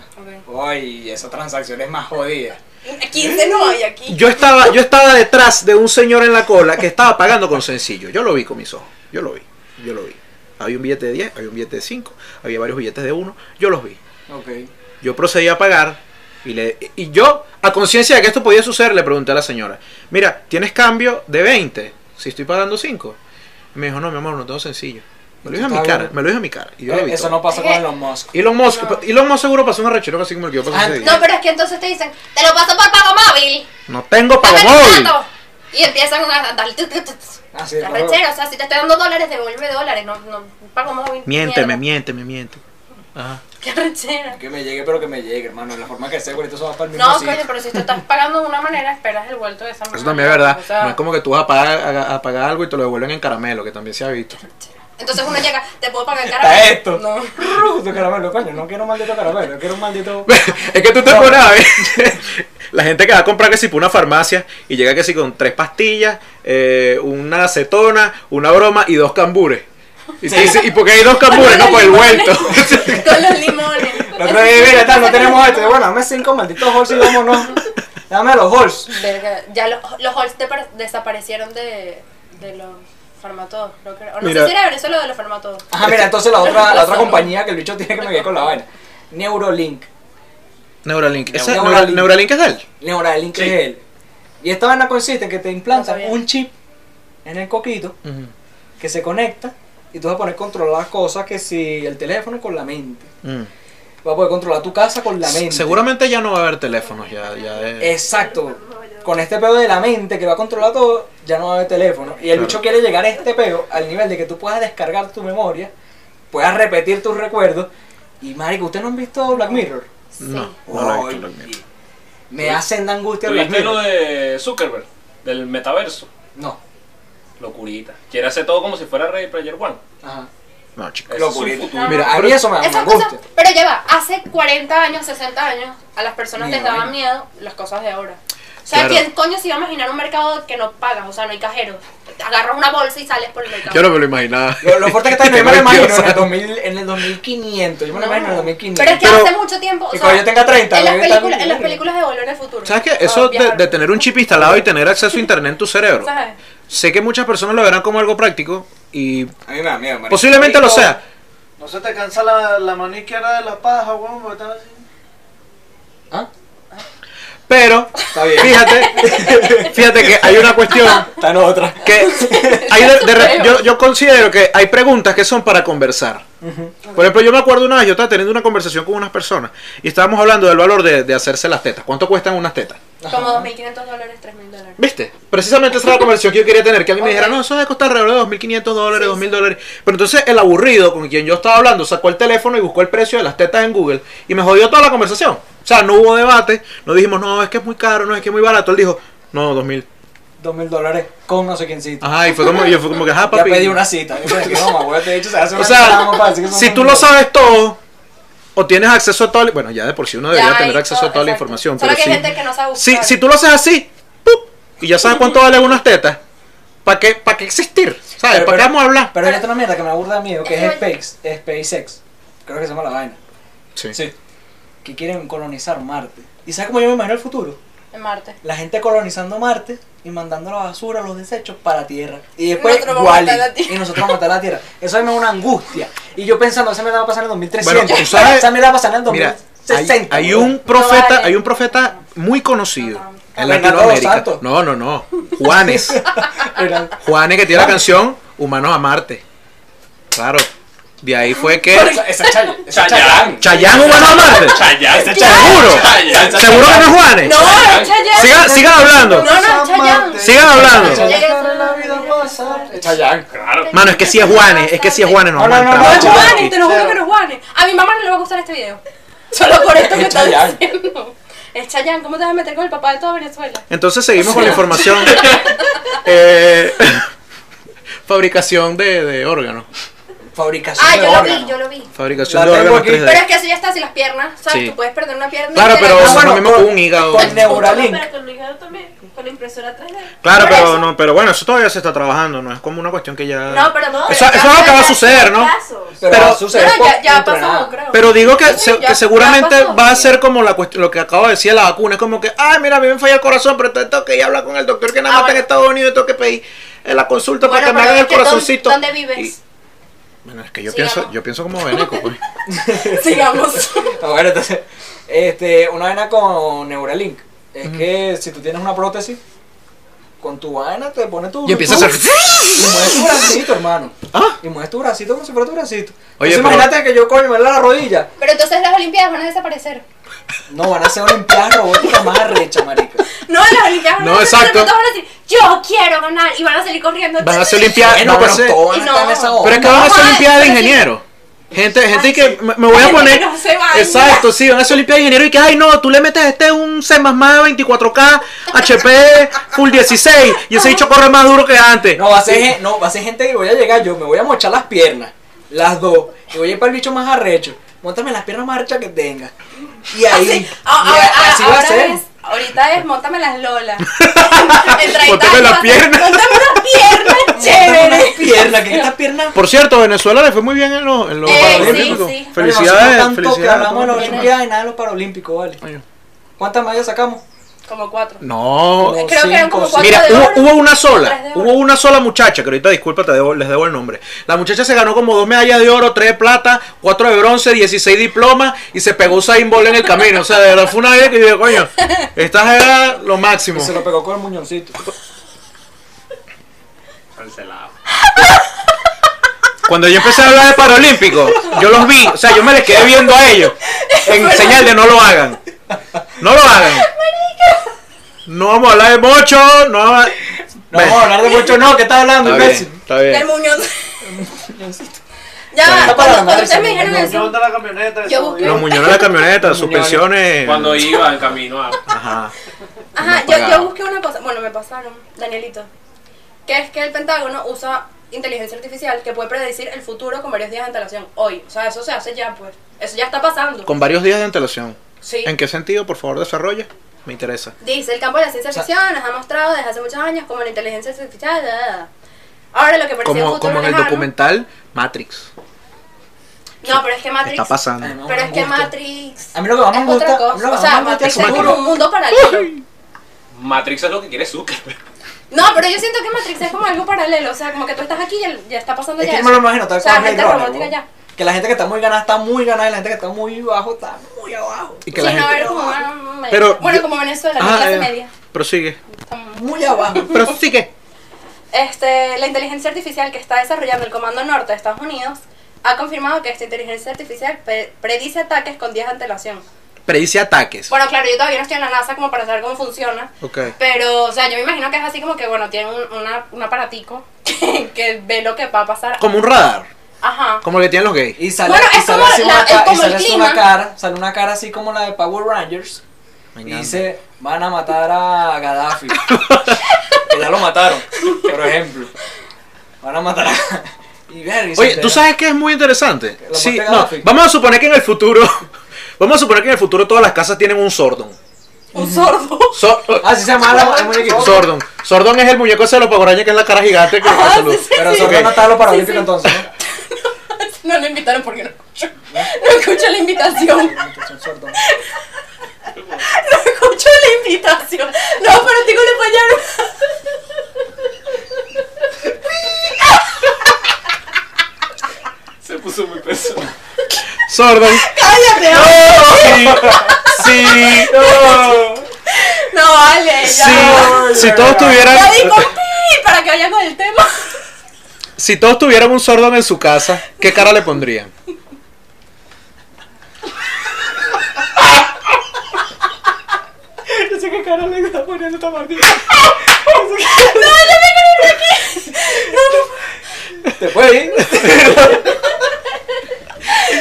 [SPEAKER 5] Ok.
[SPEAKER 4] Ay, esa transacción es más jodida.
[SPEAKER 5] 15 no hay aquí.
[SPEAKER 1] Yo estaba, yo estaba detrás de un señor en la cola que estaba pagando con sencillo. Yo lo vi con mis ojos. Yo lo vi. Yo lo vi. Había un billete de 10, había un billete de 5, había varios billetes de 1. Yo los vi.
[SPEAKER 4] Ok.
[SPEAKER 1] Yo procedí a pagar y, le, y yo, a conciencia de que esto podía suceder, le pregunté a la señora, mira, ¿tienes cambio de 20 si estoy pagando 5? Me dijo, no, mi amor, no tengo sencillo. Me lo dijo a mi cara, me lo dijo a mi cara. Y yo lo vi
[SPEAKER 4] Eh, Eso
[SPEAKER 1] todo.
[SPEAKER 4] no pasa
[SPEAKER 5] Es
[SPEAKER 4] con
[SPEAKER 5] que-
[SPEAKER 4] Elon Musk.
[SPEAKER 1] Elon Musk,
[SPEAKER 5] No.
[SPEAKER 1] Elon Musk seguro pasó un arrechero así como el que yo pasé
[SPEAKER 4] Ah,
[SPEAKER 1] ese día.
[SPEAKER 5] No, pero es que entonces te dicen, te lo paso por pago móvil.
[SPEAKER 1] No tengo pago
[SPEAKER 5] Dame tu
[SPEAKER 1] móvil.
[SPEAKER 5] dato. Y empiezan a darle. tu, tu, tu, tu.
[SPEAKER 4] Ah, sí,
[SPEAKER 5] La
[SPEAKER 4] claro.
[SPEAKER 5] rechera, o sea, si te estoy dando dólares, devuelve dólares. No, no, pago móvil.
[SPEAKER 1] Miénteme,
[SPEAKER 5] mierda. Ah,
[SPEAKER 1] miénteme, miénteme. Ajá.
[SPEAKER 5] Qué rechera.
[SPEAKER 4] Que me llegue, pero que me llegue, hermano. De la forma que sea, porque esto se va para el mismo
[SPEAKER 5] No,
[SPEAKER 4] sitio.
[SPEAKER 5] coño, pero si te estás pagando de una manera, esperas el vuelto de esa manera.
[SPEAKER 1] Eso también es verdad.
[SPEAKER 5] O sea,
[SPEAKER 1] no es como que tú vas a pagar, a- a pagar algo y te lo devuelven en caramelo, que también se ha visto.
[SPEAKER 5] Entonces uno llega, te puedo pagar en
[SPEAKER 4] Está
[SPEAKER 5] caramelo.
[SPEAKER 4] esto.
[SPEAKER 5] No.
[SPEAKER 4] Tu caramelo, coño. No quiero un maldito caramelo, quiero un maldito.
[SPEAKER 1] es que tú te pones a ver la gente que va a comprar que si por una farmacia y llega que si con tres pastillas, eh, una acetona, una broma y dos cambures. Y, te dice, ¿y por qué hay dos cambures? No, por el vuelto.
[SPEAKER 5] Con los limones.
[SPEAKER 4] La otra vez, mira, tal, no tenemos este. esto. Y bueno, dame cinco malditos horse y vámonos. Dame a los horse.
[SPEAKER 5] Verga, ya los, los halls de- desaparecieron de, de los farmatodos, creo que era. O no
[SPEAKER 1] Mira.
[SPEAKER 5] sé si era Venezuela o de los farmatodos.
[SPEAKER 4] Ajá, mira, entonces la otra, la otra compañía que el bicho tiene que me quedé con la vaina. Neurolink.
[SPEAKER 1] Neuralink. ¿Ese
[SPEAKER 4] Neuralink.
[SPEAKER 1] Neura- Neuralink es de él?
[SPEAKER 4] Neuralink
[SPEAKER 6] Sí.
[SPEAKER 4] es él. Y esta vaina consiste en que te implantan
[SPEAKER 5] No sabía.
[SPEAKER 4] un chip en el coquito que se conecta y tú vas a poder controlar cosas que si el teléfono con la mente.
[SPEAKER 1] Mm.
[SPEAKER 4] Vas a poder controlar tu casa con la mente.
[SPEAKER 1] Seguramente ya no va a haber teléfonos, ya, ya de-
[SPEAKER 4] Exacto. Con este pedo de la mente que va a controlar todo, ya no va a haber teléfono. Y el
[SPEAKER 1] Claro.
[SPEAKER 4] bicho quiere llegar a este pedo al nivel de que tú puedas descargar tu memoria, puedas repetir tus recuerdos. Y marico, ¿ustedes no han visto Black Mirror?
[SPEAKER 1] No,
[SPEAKER 5] Sí.
[SPEAKER 1] no lo he
[SPEAKER 4] Ay,
[SPEAKER 1] visto, Black Mirror.
[SPEAKER 4] Me hacen de angustia Black
[SPEAKER 6] ¿Tuviste lo
[SPEAKER 4] Mirror.
[SPEAKER 6] de Zuckerberg? Del metaverso.
[SPEAKER 4] No.
[SPEAKER 6] Locurita. Quiere hacer todo como si fuera Ready Player One.
[SPEAKER 4] Ajá.
[SPEAKER 1] No, chico.
[SPEAKER 6] Ese Es
[SPEAKER 4] Locurita.
[SPEAKER 6] su
[SPEAKER 5] Ah.
[SPEAKER 6] futuro.
[SPEAKER 1] Mira,
[SPEAKER 4] A mí eso me da
[SPEAKER 5] Esas cosas,
[SPEAKER 4] angustia.
[SPEAKER 5] pero ya va, hace 40 años, 60 años, a las personas les
[SPEAKER 4] Miedo,
[SPEAKER 5] daban
[SPEAKER 4] ¿eh?
[SPEAKER 5] miedo las cosas de ahora. O sea,
[SPEAKER 1] Claro.
[SPEAKER 5] ¿quién coño se iba a imaginar un mercado que no pagas? O sea, no hay cajeros. Agarras una bolsa y sales por el mercado.
[SPEAKER 1] Yo no me lo imaginaba.
[SPEAKER 4] Lo, lo fuerte que está, yo me lo
[SPEAKER 1] Qué
[SPEAKER 4] imagino en
[SPEAKER 1] graciosa.
[SPEAKER 4] el, 2000, en el 2500. Yo me
[SPEAKER 5] No.
[SPEAKER 4] lo imagino en el 2500.
[SPEAKER 5] Pero es que
[SPEAKER 1] Pero-
[SPEAKER 5] hace mucho tiempo. o
[SPEAKER 4] Y
[SPEAKER 5] sea,
[SPEAKER 4] cuando yo tenga 30,
[SPEAKER 5] en las,
[SPEAKER 4] voy a estar
[SPEAKER 5] películas, en las
[SPEAKER 4] bien.
[SPEAKER 5] películas de Volver al Futuro.
[SPEAKER 1] ¿Sabes qué?
[SPEAKER 5] o
[SPEAKER 1] Eso de,
[SPEAKER 5] viajar,
[SPEAKER 1] de tener un chip instalado y tener acceso a internet en tu cerebro.
[SPEAKER 5] ¿sabes?
[SPEAKER 1] Sé que muchas personas lo verán como algo práctico y
[SPEAKER 4] A mí me da miedo, marico.
[SPEAKER 1] posiblemente lo sea.
[SPEAKER 2] No se te cansa la, la mano izquierda de la paja, weón, porque estás así.
[SPEAKER 4] ¿Ah?
[SPEAKER 1] Pero,
[SPEAKER 4] Está bien.
[SPEAKER 1] fíjate, fíjate que hay una cuestión
[SPEAKER 4] Está en otra.
[SPEAKER 1] que hay de- de re- yo, yo considero que hay preguntas que son para conversar. Por ejemplo, yo me acuerdo una vez, yo estaba teniendo una conversación con unas personas y estábamos hablando del valor de, de hacerse las tetas. ¿Cuánto cuestan unas tetas?
[SPEAKER 5] Como 2.500 dólares, 3.000 dólares.
[SPEAKER 1] ¿Viste? Precisamente esa era la conversación que yo quería tener. Que alguien me dijera,
[SPEAKER 5] Ok.
[SPEAKER 1] no, eso debe costar alrededor de 2.500 dólares,
[SPEAKER 5] Sí,
[SPEAKER 1] 2.000 dólares. Pero entonces el aburrido con quien yo estaba hablando sacó el teléfono y buscó el precio de las tetas en Google y me jodió toda la conversación. O sea, no hubo debate, no dijimos, no, es que es muy caro, no, es que es muy barato. Él dijo, no, 2.000.
[SPEAKER 4] 2000 dólares con no sé quién cita.
[SPEAKER 1] Ajá, y fue como, y yo fue como que, ajá,
[SPEAKER 4] Ya
[SPEAKER 1] Ah, papi.
[SPEAKER 4] pedí una cita. Yo dije, no, mamá, de hecho se hace una
[SPEAKER 1] O
[SPEAKER 4] cita,
[SPEAKER 1] sea,
[SPEAKER 4] vamos, pa, así que son
[SPEAKER 1] si tú
[SPEAKER 4] mil
[SPEAKER 1] lo
[SPEAKER 4] dólares.
[SPEAKER 1] sabes todo, o tienes acceso a todo, bueno, ya de por sí uno debería
[SPEAKER 5] Ya,
[SPEAKER 1] tener
[SPEAKER 5] y
[SPEAKER 1] acceso
[SPEAKER 5] todo,
[SPEAKER 1] a toda la
[SPEAKER 5] exacto.
[SPEAKER 1] información.
[SPEAKER 5] Solo
[SPEAKER 1] pero
[SPEAKER 5] que hay
[SPEAKER 1] sí.
[SPEAKER 5] gente que no sabe
[SPEAKER 1] si,
[SPEAKER 5] buscar.
[SPEAKER 1] si tú lo haces así, ¡pup! y ya sabes cuánto valen unas tetas, ¿para qué, para qué existir? ¿Sabes? ¿Para
[SPEAKER 4] Pero-
[SPEAKER 1] qué
[SPEAKER 4] pero-
[SPEAKER 1] vamos a hablar?
[SPEAKER 4] Pero hay otra mierda que me aburda de miedo, que es
[SPEAKER 5] Eso
[SPEAKER 4] Space, SpaceX. Creo que se llama la vaina.
[SPEAKER 1] Sí.
[SPEAKER 4] Que quieren colonizar Marte. ¿Y sabes cómo yo me imagino el futuro?
[SPEAKER 5] En Marte.
[SPEAKER 4] La gente colonizando Marte y mandando la basura, los desechos para Tierra. Y después,
[SPEAKER 5] Nosotros vamos a
[SPEAKER 4] Wall-E,
[SPEAKER 5] matar la Tierra.
[SPEAKER 4] y nosotros matar la Tierra. Eso a mí me da una angustia. Y yo pensando, esa me la va a pasar en el 2300.
[SPEAKER 1] Bueno, tú sabes-
[SPEAKER 4] Esa me la va a pasar en el
[SPEAKER 1] Mira,
[SPEAKER 4] 2060.
[SPEAKER 1] hay, hay
[SPEAKER 4] boludo.
[SPEAKER 1] un profeta,
[SPEAKER 5] vale.
[SPEAKER 1] hay un profeta muy conocido
[SPEAKER 5] No, no.
[SPEAKER 1] en
[SPEAKER 4] Renato
[SPEAKER 1] Latinoamérica.
[SPEAKER 4] Santos.
[SPEAKER 1] No, no, no. Juanes.
[SPEAKER 4] Era-
[SPEAKER 1] Juanes que tiene la canción Humanos a Marte. Claro. De ahí fue que.
[SPEAKER 4] Esa- esa Chay- esa
[SPEAKER 6] Chayán.
[SPEAKER 1] Chayán Humanos a Marte.
[SPEAKER 6] Chayán.
[SPEAKER 4] Este
[SPEAKER 1] Seguro.
[SPEAKER 6] Chayán.
[SPEAKER 1] Seguro que no es Juanes.
[SPEAKER 5] No,
[SPEAKER 6] Chayanne.
[SPEAKER 5] Chayanne.
[SPEAKER 1] Sigan, sigan hablando.
[SPEAKER 5] No, no,
[SPEAKER 2] San
[SPEAKER 5] Chayanne.
[SPEAKER 2] Martín.
[SPEAKER 1] Sigan
[SPEAKER 4] Ah,
[SPEAKER 1] hablando.
[SPEAKER 5] Chayanne.
[SPEAKER 2] la vida pasa.
[SPEAKER 4] Chayán.
[SPEAKER 6] Claro.
[SPEAKER 1] Mano, es que si es Juanes, es que si es Juanes no
[SPEAKER 4] No, no, no,
[SPEAKER 5] No
[SPEAKER 1] aguanta.
[SPEAKER 5] es Juanes, te lo juro
[SPEAKER 2] Cero.
[SPEAKER 5] que no es Juanes. A mi mamá no le va a gustar este video. Solo por esto que
[SPEAKER 4] Es
[SPEAKER 5] está
[SPEAKER 4] Chayanne.
[SPEAKER 5] diciendo. Es Chayanne, ¿cómo te vas a meter con el papá de toda Venezuela?
[SPEAKER 1] Entonces seguimos con la información. Eh, fabricación de, de órganos.
[SPEAKER 4] Fabricación
[SPEAKER 5] Ah,
[SPEAKER 4] de
[SPEAKER 5] yo lo vi,
[SPEAKER 4] órganos.
[SPEAKER 5] yo lo vi.
[SPEAKER 1] Fabricación
[SPEAKER 4] La
[SPEAKER 1] de
[SPEAKER 4] tengo
[SPEAKER 1] órganos
[SPEAKER 4] aquí.
[SPEAKER 1] 3D.
[SPEAKER 5] Pero es que eso ya está así las piernas, ¿sabes?
[SPEAKER 1] Sí.
[SPEAKER 5] Tú puedes perder una pierna. y
[SPEAKER 1] claro,
[SPEAKER 5] te la-
[SPEAKER 1] pero
[SPEAKER 4] Ah,
[SPEAKER 1] no es
[SPEAKER 4] bueno,
[SPEAKER 1] lo mismo
[SPEAKER 4] con-
[SPEAKER 1] que un hígado.
[SPEAKER 4] con Neuralink.
[SPEAKER 3] Pero con hígado también, con la impresora 3D.
[SPEAKER 1] Claro,
[SPEAKER 5] por
[SPEAKER 1] pero
[SPEAKER 5] eso.
[SPEAKER 1] no, pero bueno, eso todavía se está trabajando, no es como una cuestión que ya.
[SPEAKER 5] No, pero no.
[SPEAKER 1] Ah. Eso-
[SPEAKER 5] pero
[SPEAKER 1] eso
[SPEAKER 5] ya-
[SPEAKER 1] es lo que va a
[SPEAKER 5] ya-
[SPEAKER 1] suceder, ¿no?
[SPEAKER 3] Casos.
[SPEAKER 4] Pero,
[SPEAKER 1] Pero-
[SPEAKER 5] No,
[SPEAKER 4] sucede
[SPEAKER 5] ya, ya
[SPEAKER 4] por-
[SPEAKER 5] pasó,
[SPEAKER 4] entrenada.
[SPEAKER 5] creo.
[SPEAKER 1] Pero digo que,
[SPEAKER 5] Sí,
[SPEAKER 1] se-
[SPEAKER 5] ya-
[SPEAKER 1] que seguramente
[SPEAKER 5] ya pasó.
[SPEAKER 1] va a ser como la cuestión, lo que acabo de decir de la vacuna. Es como que, ay, mira, a mí me falla el corazón, pero entonces tengo que ir a hablar con el doctor que nada
[SPEAKER 5] Ah,
[SPEAKER 1] más está
[SPEAKER 5] bueno.
[SPEAKER 1] en Estados Unidos y tengo que pedir eh, la consulta
[SPEAKER 5] Bueno,
[SPEAKER 1] para que me
[SPEAKER 5] pero
[SPEAKER 1] hagan
[SPEAKER 5] es
[SPEAKER 1] el
[SPEAKER 5] que ¿dó-
[SPEAKER 1] corazoncito.
[SPEAKER 5] ¿Dónde vives?
[SPEAKER 1] Y- bueno, es que yo
[SPEAKER 5] Sí,
[SPEAKER 1] pienso,
[SPEAKER 5] ¿no?
[SPEAKER 1] yo pienso como Beneco, pues.
[SPEAKER 5] Sigamos.
[SPEAKER 4] Ah, bueno, entonces, este, una vaina con Neuralink. Es que si tú tienes una prótesis, con tu vaina te pones tu.
[SPEAKER 1] Y empieza a hacer.
[SPEAKER 4] Y mueves tu bracito, hermano.
[SPEAKER 1] Ah,
[SPEAKER 4] Y mueves tu bracito como si fuera tu bracito.
[SPEAKER 1] Oye,
[SPEAKER 4] Entonces,
[SPEAKER 1] pero-
[SPEAKER 4] imagínate que yo coño me duele la rodilla.
[SPEAKER 5] Pero entonces las Olimpiadas van a desaparecer.
[SPEAKER 4] No, van a ser Olimpiadas robóticas más arrecha, marica.
[SPEAKER 5] No, las Olimpiadas van a
[SPEAKER 1] No,
[SPEAKER 5] desaparecer.
[SPEAKER 1] exacto.
[SPEAKER 5] pero todos van a decir, yo quiero ganar. Y van a salir corriendo.
[SPEAKER 1] Van a ser Olimpiadas.
[SPEAKER 4] Bueno,
[SPEAKER 1] no,
[SPEAKER 4] pero
[SPEAKER 1] no sé.
[SPEAKER 4] todos van
[SPEAKER 5] No.
[SPEAKER 4] a estar en esa
[SPEAKER 1] Pero es que
[SPEAKER 4] onda.
[SPEAKER 1] van a ser
[SPEAKER 5] Ay,
[SPEAKER 1] Olimpiadas de
[SPEAKER 5] pero sí.
[SPEAKER 1] ingenieros. Gente, gente que me, me voy
[SPEAKER 5] Gente
[SPEAKER 1] a
[SPEAKER 5] que
[SPEAKER 1] poner.
[SPEAKER 5] no se baña.
[SPEAKER 1] Exacto, sí, van a ser Olimpiadas de ingenieros y que, ay, no, tú le metes este un C 24K, HP, Full 16, y ese bicho corre más duro que antes.
[SPEAKER 4] No va, a ser, gen- no, va a ser gente que voy a llegar yo, me voy a mochar las piernas, las dos, y voy a ir para el bicho más arrecho. Montame las piernas más arrechas que tenga. Y
[SPEAKER 1] Ah,
[SPEAKER 4] ahí,
[SPEAKER 5] Así,
[SPEAKER 4] y
[SPEAKER 5] a- Ah, ahora-
[SPEAKER 4] a- así va a
[SPEAKER 5] ahora
[SPEAKER 4] ser.
[SPEAKER 5] es- ahorita es montame las lolas.
[SPEAKER 1] Montame las piernas.
[SPEAKER 5] Montame las piernas, chévere.
[SPEAKER 4] Montame unas piernas, que estas piernas.
[SPEAKER 1] Por cierto, Venezuela le fue muy bien en los, en los
[SPEAKER 5] Eh,
[SPEAKER 1] Paralímpicos.
[SPEAKER 5] sí, sí.
[SPEAKER 1] Felicidades,
[SPEAKER 4] Tanto que
[SPEAKER 1] felicidades. a
[SPEAKER 4] hablamos
[SPEAKER 1] todos
[SPEAKER 4] de los
[SPEAKER 1] los
[SPEAKER 4] Olimpiadas y nada de los Paralímpicos, ¿vale?
[SPEAKER 1] personas.
[SPEAKER 4] ¿Cuántas medallas sacamos?
[SPEAKER 5] Como cuatro.
[SPEAKER 1] No.
[SPEAKER 4] Como
[SPEAKER 5] Creo que eran como
[SPEAKER 4] cinco,
[SPEAKER 5] cuatro
[SPEAKER 1] Mira,
[SPEAKER 5] de
[SPEAKER 1] hubo,
[SPEAKER 5] oro,
[SPEAKER 1] hubo una sola,
[SPEAKER 5] tres de oro.
[SPEAKER 1] hubo una sola muchacha, que ahorita disculpa, te debo- les debo el nombre. La muchacha se ganó como dos medallas de oro, tres de plata, cuatro de bronce, 16 diplomas y se pegó Usain Bolt en el camino. O sea, de verdad fue una vida que yo digo, coño, esta era lo máximo.
[SPEAKER 4] Y se lo pegó con el muñoncito.
[SPEAKER 6] Cancelado.
[SPEAKER 1] Cuando yo empecé a hablar de Paralímpico, yo los vi, o sea, yo me les quedé viendo a ellos en señal de no lo hagan. No lo hagan. No vamos a hablar de mocho, no vamos a...
[SPEAKER 4] No, vamos a hablar de mucho, no, ¿qué estás hablando,
[SPEAKER 1] Está
[SPEAKER 4] imbécil?
[SPEAKER 1] bien, está bien.
[SPEAKER 5] Del muñón.
[SPEAKER 4] Muñoncito.
[SPEAKER 5] Ya, va,
[SPEAKER 4] Está para
[SPEAKER 5] cuando, cuando
[SPEAKER 4] madre,
[SPEAKER 5] ustedes me
[SPEAKER 4] señor,
[SPEAKER 5] dijeron
[SPEAKER 4] no,
[SPEAKER 2] Yo
[SPEAKER 5] eso.
[SPEAKER 2] monté la camioneta.
[SPEAKER 5] Yo
[SPEAKER 2] se
[SPEAKER 5] busqué.
[SPEAKER 2] jodió.
[SPEAKER 1] Los muñones de la camioneta,
[SPEAKER 4] Los muñones.
[SPEAKER 1] suspensiones...
[SPEAKER 6] Cuando iba en camino a.
[SPEAKER 1] Ajá.
[SPEAKER 5] Ajá,
[SPEAKER 1] No
[SPEAKER 5] yo,
[SPEAKER 1] pagaba.
[SPEAKER 5] yo busqué una cosa. Bueno, me pasaron, Danielito. Que es que el Pentágono usa inteligencia artificial que puede predecir el futuro con varios días de antelación. Hoy. O sea, eso se hace ya, pues. Eso ya está pasando.
[SPEAKER 1] Con varios días de antelación.
[SPEAKER 5] Sí.
[SPEAKER 1] ¿En qué sentido? Por favor, desarrolla. Me interesa.
[SPEAKER 5] Dice, el campo de la ciencia
[SPEAKER 4] sea-
[SPEAKER 5] ficción nos ha mostrado desde hace muchos años como la inteligencia artificial. da, da, da. Ahora lo que parecía un
[SPEAKER 1] Como,
[SPEAKER 5] futuro
[SPEAKER 1] como en el
[SPEAKER 5] lejano-
[SPEAKER 1] documental Matrix.
[SPEAKER 5] No, pero es que Matrix.
[SPEAKER 1] Está pasando.
[SPEAKER 5] Pero es que
[SPEAKER 4] Angustia.
[SPEAKER 5] Matrix.
[SPEAKER 4] A mí lo que más me
[SPEAKER 5] es otra
[SPEAKER 4] gusta, a mí lo
[SPEAKER 5] cosa.
[SPEAKER 4] que
[SPEAKER 5] O sea,
[SPEAKER 4] más me gusta
[SPEAKER 5] Matrix
[SPEAKER 4] es
[SPEAKER 5] es
[SPEAKER 4] el
[SPEAKER 5] como
[SPEAKER 4] futuro.
[SPEAKER 5] un mundo paralelo.
[SPEAKER 6] Matrix es lo que quiere Zuckerberg.
[SPEAKER 5] No, pero yo siento que Matrix es como algo paralelo. O sea, como que tú estás aquí y el- ya está pasando
[SPEAKER 4] Es
[SPEAKER 5] ya.
[SPEAKER 4] que yo me lo
[SPEAKER 5] eso.
[SPEAKER 4] imagino tal
[SPEAKER 5] O sea,
[SPEAKER 4] cual Blade
[SPEAKER 5] gente
[SPEAKER 4] Runner,
[SPEAKER 5] romántica
[SPEAKER 4] ¿no?
[SPEAKER 5] ya.
[SPEAKER 4] Que la gente que está muy ganada está muy ganada y la gente que está muy bajo está muy abajo.
[SPEAKER 1] Y que
[SPEAKER 5] Sí,
[SPEAKER 1] la
[SPEAKER 5] no,
[SPEAKER 1] gente-
[SPEAKER 5] era como una-
[SPEAKER 1] Pero
[SPEAKER 5] bueno,
[SPEAKER 1] yo-
[SPEAKER 5] como Venezuela,
[SPEAKER 1] Ah,
[SPEAKER 5] la clase
[SPEAKER 1] eh,
[SPEAKER 5] media.
[SPEAKER 1] Prosigue.
[SPEAKER 4] Muy abajo.
[SPEAKER 1] Prosigue.
[SPEAKER 5] Este, la inteligencia artificial que está desarrollando el Comando Norte de Estados Unidos ha confirmado que esta inteligencia artificial pre- predice ataques con 10 de antelación.
[SPEAKER 1] Predice ataques.
[SPEAKER 5] Bueno, claro, yo todavía no estoy en la NASA como para saber cómo funciona.
[SPEAKER 1] Ok.
[SPEAKER 5] Pero, o sea, yo me imagino que es así como que, bueno, tienen un, una- un aparatico que, que ve lo que va a pasar.
[SPEAKER 1] Como un radar.
[SPEAKER 5] Ajá.
[SPEAKER 1] Como le tienen los gays.
[SPEAKER 4] Y sale,
[SPEAKER 5] Bueno,
[SPEAKER 4] y
[SPEAKER 5] es
[SPEAKER 4] sale
[SPEAKER 5] como
[SPEAKER 4] así
[SPEAKER 5] la-
[SPEAKER 4] una,
[SPEAKER 5] es
[SPEAKER 4] ca- y
[SPEAKER 5] como el
[SPEAKER 4] sale así una
[SPEAKER 5] clima.
[SPEAKER 4] cara, sale una cara así como la de Power Rangers
[SPEAKER 1] Me
[SPEAKER 4] y
[SPEAKER 1] encanta.
[SPEAKER 4] dice, van a matar a Gaddafi.
[SPEAKER 1] Pues
[SPEAKER 4] que ya lo mataron, por ejemplo. Van a matar a... Y ver, y se
[SPEAKER 1] Oye,
[SPEAKER 4] entera.
[SPEAKER 1] ¿tú sabes qué es muy interesante?
[SPEAKER 4] La
[SPEAKER 1] Sí,
[SPEAKER 4] muerte
[SPEAKER 1] no.
[SPEAKER 4] Gaddafi.
[SPEAKER 1] Vamos a suponer que en el futuro... Vamos a suponer que en el futuro todas las casas tienen un sordón.
[SPEAKER 5] Un sordo.
[SPEAKER 1] Sor-
[SPEAKER 4] Ah, sí se llama la- el muñequito.
[SPEAKER 1] sordón. Sordón es el muñeco ese de los Power Rangers, que es la cara gigante que
[SPEAKER 5] Ajá,
[SPEAKER 1] saluda.
[SPEAKER 5] Ah, sí, sí,
[SPEAKER 4] Pero
[SPEAKER 1] Ok.
[SPEAKER 4] solo no está lo paralímpico
[SPEAKER 5] Sí, sí.
[SPEAKER 4] entonces,
[SPEAKER 5] No lo invitaron porque no escucho. No escucho la invitación.
[SPEAKER 4] ¿no?
[SPEAKER 5] No escucho la invitación. No, pero tengo le fallaron.
[SPEAKER 6] Se puso muy pesado.
[SPEAKER 1] Sordón.
[SPEAKER 5] Cállate.
[SPEAKER 1] Sí. Sí.
[SPEAKER 5] No vale. Ya.
[SPEAKER 1] Sí. Si todos
[SPEAKER 5] Ya di
[SPEAKER 1] tuvieran...
[SPEAKER 5] con pi para que vaya con el tema.
[SPEAKER 1] Si todos tuvieran un sordón en su casa, ¿qué cara le pondrían?
[SPEAKER 4] Yo sé qué cara le está poniendo esta partida. ¿Te puede ir?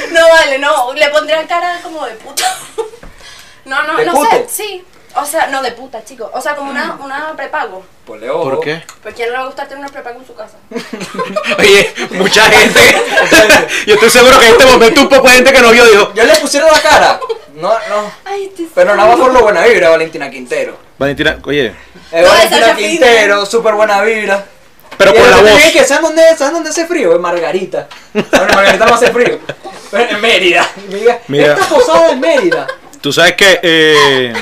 [SPEAKER 5] No vale, no. Le pondrían cara como de puta. No, no,
[SPEAKER 4] ¿De
[SPEAKER 5] no sé.
[SPEAKER 4] puto? Mm.
[SPEAKER 5] Sí. O sea, no de puta, chicos. O sea, como una, una prepago.
[SPEAKER 4] Ponle ojo.
[SPEAKER 1] ¿Por qué?
[SPEAKER 5] Pues quién no le va a gustar tener una prepago en su casa.
[SPEAKER 1] Oye, mucha gente. Yo estoy seguro que en este momento un poco de gente que no vio dijo.
[SPEAKER 4] Yo le pusieron la cara. No, no.
[SPEAKER 5] Ay, te
[SPEAKER 4] Pero nada más por lo buena vibra, Valentina Quintero.
[SPEAKER 1] Valentina, oye.
[SPEAKER 4] Eh,
[SPEAKER 5] No,
[SPEAKER 4] Valentina
[SPEAKER 5] esa es la
[SPEAKER 4] Quintero, súper buena vibra.
[SPEAKER 1] Pero
[SPEAKER 4] Y
[SPEAKER 1] por
[SPEAKER 4] de
[SPEAKER 1] la
[SPEAKER 4] repente
[SPEAKER 1] voz.
[SPEAKER 4] dije que, ¿saben dónde, ¿Saben dónde hace frío? En Margarita. Bueno, en Margarita no hace frío. Pero en Mérida. Y me diga,
[SPEAKER 1] Mira.
[SPEAKER 4] Esta posada en Mérida.
[SPEAKER 1] Tú sabes que eh,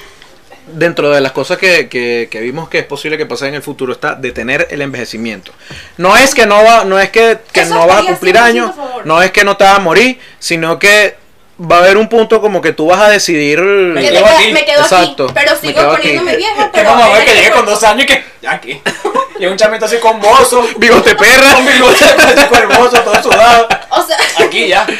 [SPEAKER 1] dentro de las cosas que, que- que vimos que es posible que pase en el futuro está detener el envejecimiento. No es que no va, no es que, que
[SPEAKER 5] Eso
[SPEAKER 1] no vas a
[SPEAKER 5] estaría
[SPEAKER 1] cumplir
[SPEAKER 5] 100%
[SPEAKER 1] años,
[SPEAKER 5] a favor.
[SPEAKER 1] no es que no te vas a morir, sino que va a haber un punto como que tú vas a decidir.
[SPEAKER 5] Me
[SPEAKER 6] quedo
[SPEAKER 5] quedo,
[SPEAKER 6] aquí.
[SPEAKER 5] me quedo
[SPEAKER 1] Exacto.
[SPEAKER 5] aquí, pero
[SPEAKER 1] Me
[SPEAKER 5] sigo
[SPEAKER 1] quedo aquí. Eh,
[SPEAKER 5] poniéndome vieja,
[SPEAKER 4] Que
[SPEAKER 5] pero...
[SPEAKER 4] vamos a ver que llegue con dos años y que. Ya aquí. Llega un chamito así con mozo.
[SPEAKER 1] Bigote
[SPEAKER 4] Con
[SPEAKER 1] perra.
[SPEAKER 4] bigote, así con hermoso, todo sudado.
[SPEAKER 5] O sea,
[SPEAKER 1] Ah, eh,
[SPEAKER 4] Aquí ya. El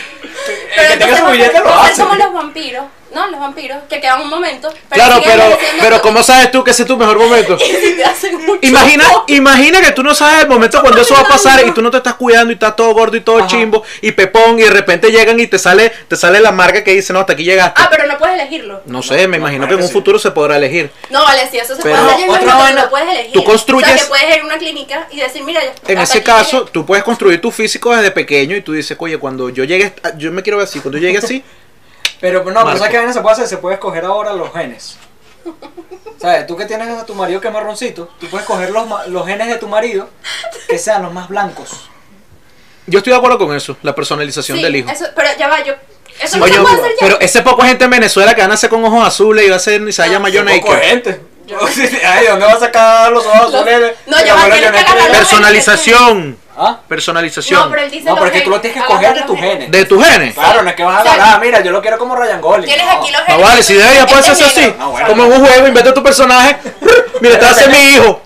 [SPEAKER 5] pero
[SPEAKER 4] que tenga
[SPEAKER 5] entonces
[SPEAKER 4] su
[SPEAKER 5] no
[SPEAKER 4] billete lo
[SPEAKER 5] no
[SPEAKER 4] hace.
[SPEAKER 5] somos los vampiros, ¿no? Los vampiros, que quedan un momento.
[SPEAKER 1] Claro,
[SPEAKER 5] siguen
[SPEAKER 1] pero,
[SPEAKER 5] envejeciendo
[SPEAKER 1] pero ¿cómo sabes tú que ese es tu mejor momento?
[SPEAKER 5] y si te hacen mucho
[SPEAKER 1] Imagina,
[SPEAKER 5] daño.
[SPEAKER 1] imagina que tú no sabes el momento cuando eso va a pasar y tú no te estás cuidando y estás todo gordo y todo
[SPEAKER 4] Ajá.
[SPEAKER 1] chimbo y pepón y de repente llegan y te sale, te sale la marca que dice, no, hasta aquí llegaste.
[SPEAKER 5] Ah, pero no puedes elegirlo.
[SPEAKER 1] no sé, me
[SPEAKER 4] no,
[SPEAKER 1] imagino
[SPEAKER 4] claro
[SPEAKER 1] que en
[SPEAKER 4] que
[SPEAKER 1] un
[SPEAKER 4] sí.
[SPEAKER 1] futuro se podrá elegir.
[SPEAKER 5] No, vale, si eso se
[SPEAKER 1] Pero
[SPEAKER 5] puede hacer, yo
[SPEAKER 4] otra
[SPEAKER 5] imagino que
[SPEAKER 4] vaina,
[SPEAKER 5] tú lo puedes elegir.
[SPEAKER 1] tú construyes-
[SPEAKER 5] O sea, que puedes ir a una clínica y decir, mira, yo-
[SPEAKER 1] En
[SPEAKER 5] hasta
[SPEAKER 1] ese
[SPEAKER 5] aquí
[SPEAKER 1] caso,
[SPEAKER 5] llegué.
[SPEAKER 1] tú puedes construir tu físico desde pequeño y tú dices, oye, cuando yo llegue, a- yo me quiero ver así, cuando yo llegue así,
[SPEAKER 4] Pero no,
[SPEAKER 1] Marco.
[SPEAKER 4] pero ¿sabes qué vaina se puede hacer? Se puede escoger ahora los genes. ¿Sabes? Tú que tienes a tu marido que es marroncito, tú puedes coger los, ma- los genes de tu marido que sean los más blancos.
[SPEAKER 1] yo estoy de acuerdo con eso, la personalización
[SPEAKER 5] Sí,
[SPEAKER 1] del hijo.
[SPEAKER 5] eso- pero ya va, yo Eso no
[SPEAKER 1] Oye,
[SPEAKER 5] se puede hacer ya.
[SPEAKER 1] pero ese poco gente en Venezuela que van a hacer con ojos azules y va a ser y se va a llamar John
[SPEAKER 4] Poco
[SPEAKER 1] Aker.
[SPEAKER 4] gente. Ay, ¿dónde va a sacar los ojos
[SPEAKER 5] Los-
[SPEAKER 4] azules?
[SPEAKER 5] No,
[SPEAKER 4] Pero
[SPEAKER 5] ya va,
[SPEAKER 4] bueno,
[SPEAKER 5] tienes
[SPEAKER 4] no
[SPEAKER 5] que agarrar
[SPEAKER 4] creo-
[SPEAKER 5] los-
[SPEAKER 1] Personalización.
[SPEAKER 4] ¿Ah?
[SPEAKER 1] Personalización.
[SPEAKER 5] No, pero él dice
[SPEAKER 4] No,
[SPEAKER 5] los
[SPEAKER 4] porque tú lo
[SPEAKER 5] genes,
[SPEAKER 4] tienes que
[SPEAKER 5] agarrar
[SPEAKER 4] coger de
[SPEAKER 5] los
[SPEAKER 4] tus
[SPEAKER 5] genes.
[SPEAKER 4] genes.
[SPEAKER 1] ¿De tus genes?
[SPEAKER 4] Claro, no es que vas a
[SPEAKER 5] Exacto.
[SPEAKER 4] agarrar, mira, yo lo quiero como Ryan Gosling.
[SPEAKER 5] Tienes
[SPEAKER 4] No.
[SPEAKER 5] aquí los
[SPEAKER 1] No
[SPEAKER 5] genes.
[SPEAKER 1] Ah, vale, si de ella puede
[SPEAKER 5] Este
[SPEAKER 1] hacerse
[SPEAKER 5] es
[SPEAKER 1] así.
[SPEAKER 5] negro.
[SPEAKER 4] No, bueno.
[SPEAKER 1] Como en un juego, inventa tu personaje. Mira, te hace mi hijo.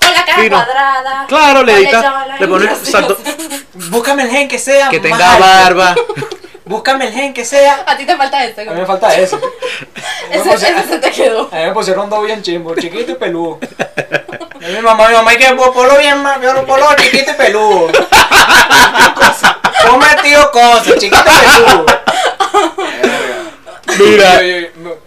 [SPEAKER 5] Con la cara
[SPEAKER 1] Fino.
[SPEAKER 5] cuadrada.
[SPEAKER 1] Claro, le
[SPEAKER 5] Ponle
[SPEAKER 1] edita.
[SPEAKER 5] chaval ahí,
[SPEAKER 1] Le pone
[SPEAKER 5] así,
[SPEAKER 1] exacto,
[SPEAKER 4] Búscame el gen que sea.
[SPEAKER 1] que tenga
[SPEAKER 4] malo.
[SPEAKER 1] barba.
[SPEAKER 4] Búscame el gen que sea.
[SPEAKER 5] A ti te falta esto.
[SPEAKER 4] A mí me falta eso.
[SPEAKER 5] Ese, ese se te quedó.
[SPEAKER 4] A mí me pusieron dos bien chimbos, chiquito y peludo. Y mi mamá, mi mamá, y que po- polo bien, ma- polo, polo chiquito y peludo. Come tío cosas, chiquito y peludo.
[SPEAKER 1] Mira.
[SPEAKER 4] Yo- yo- yo-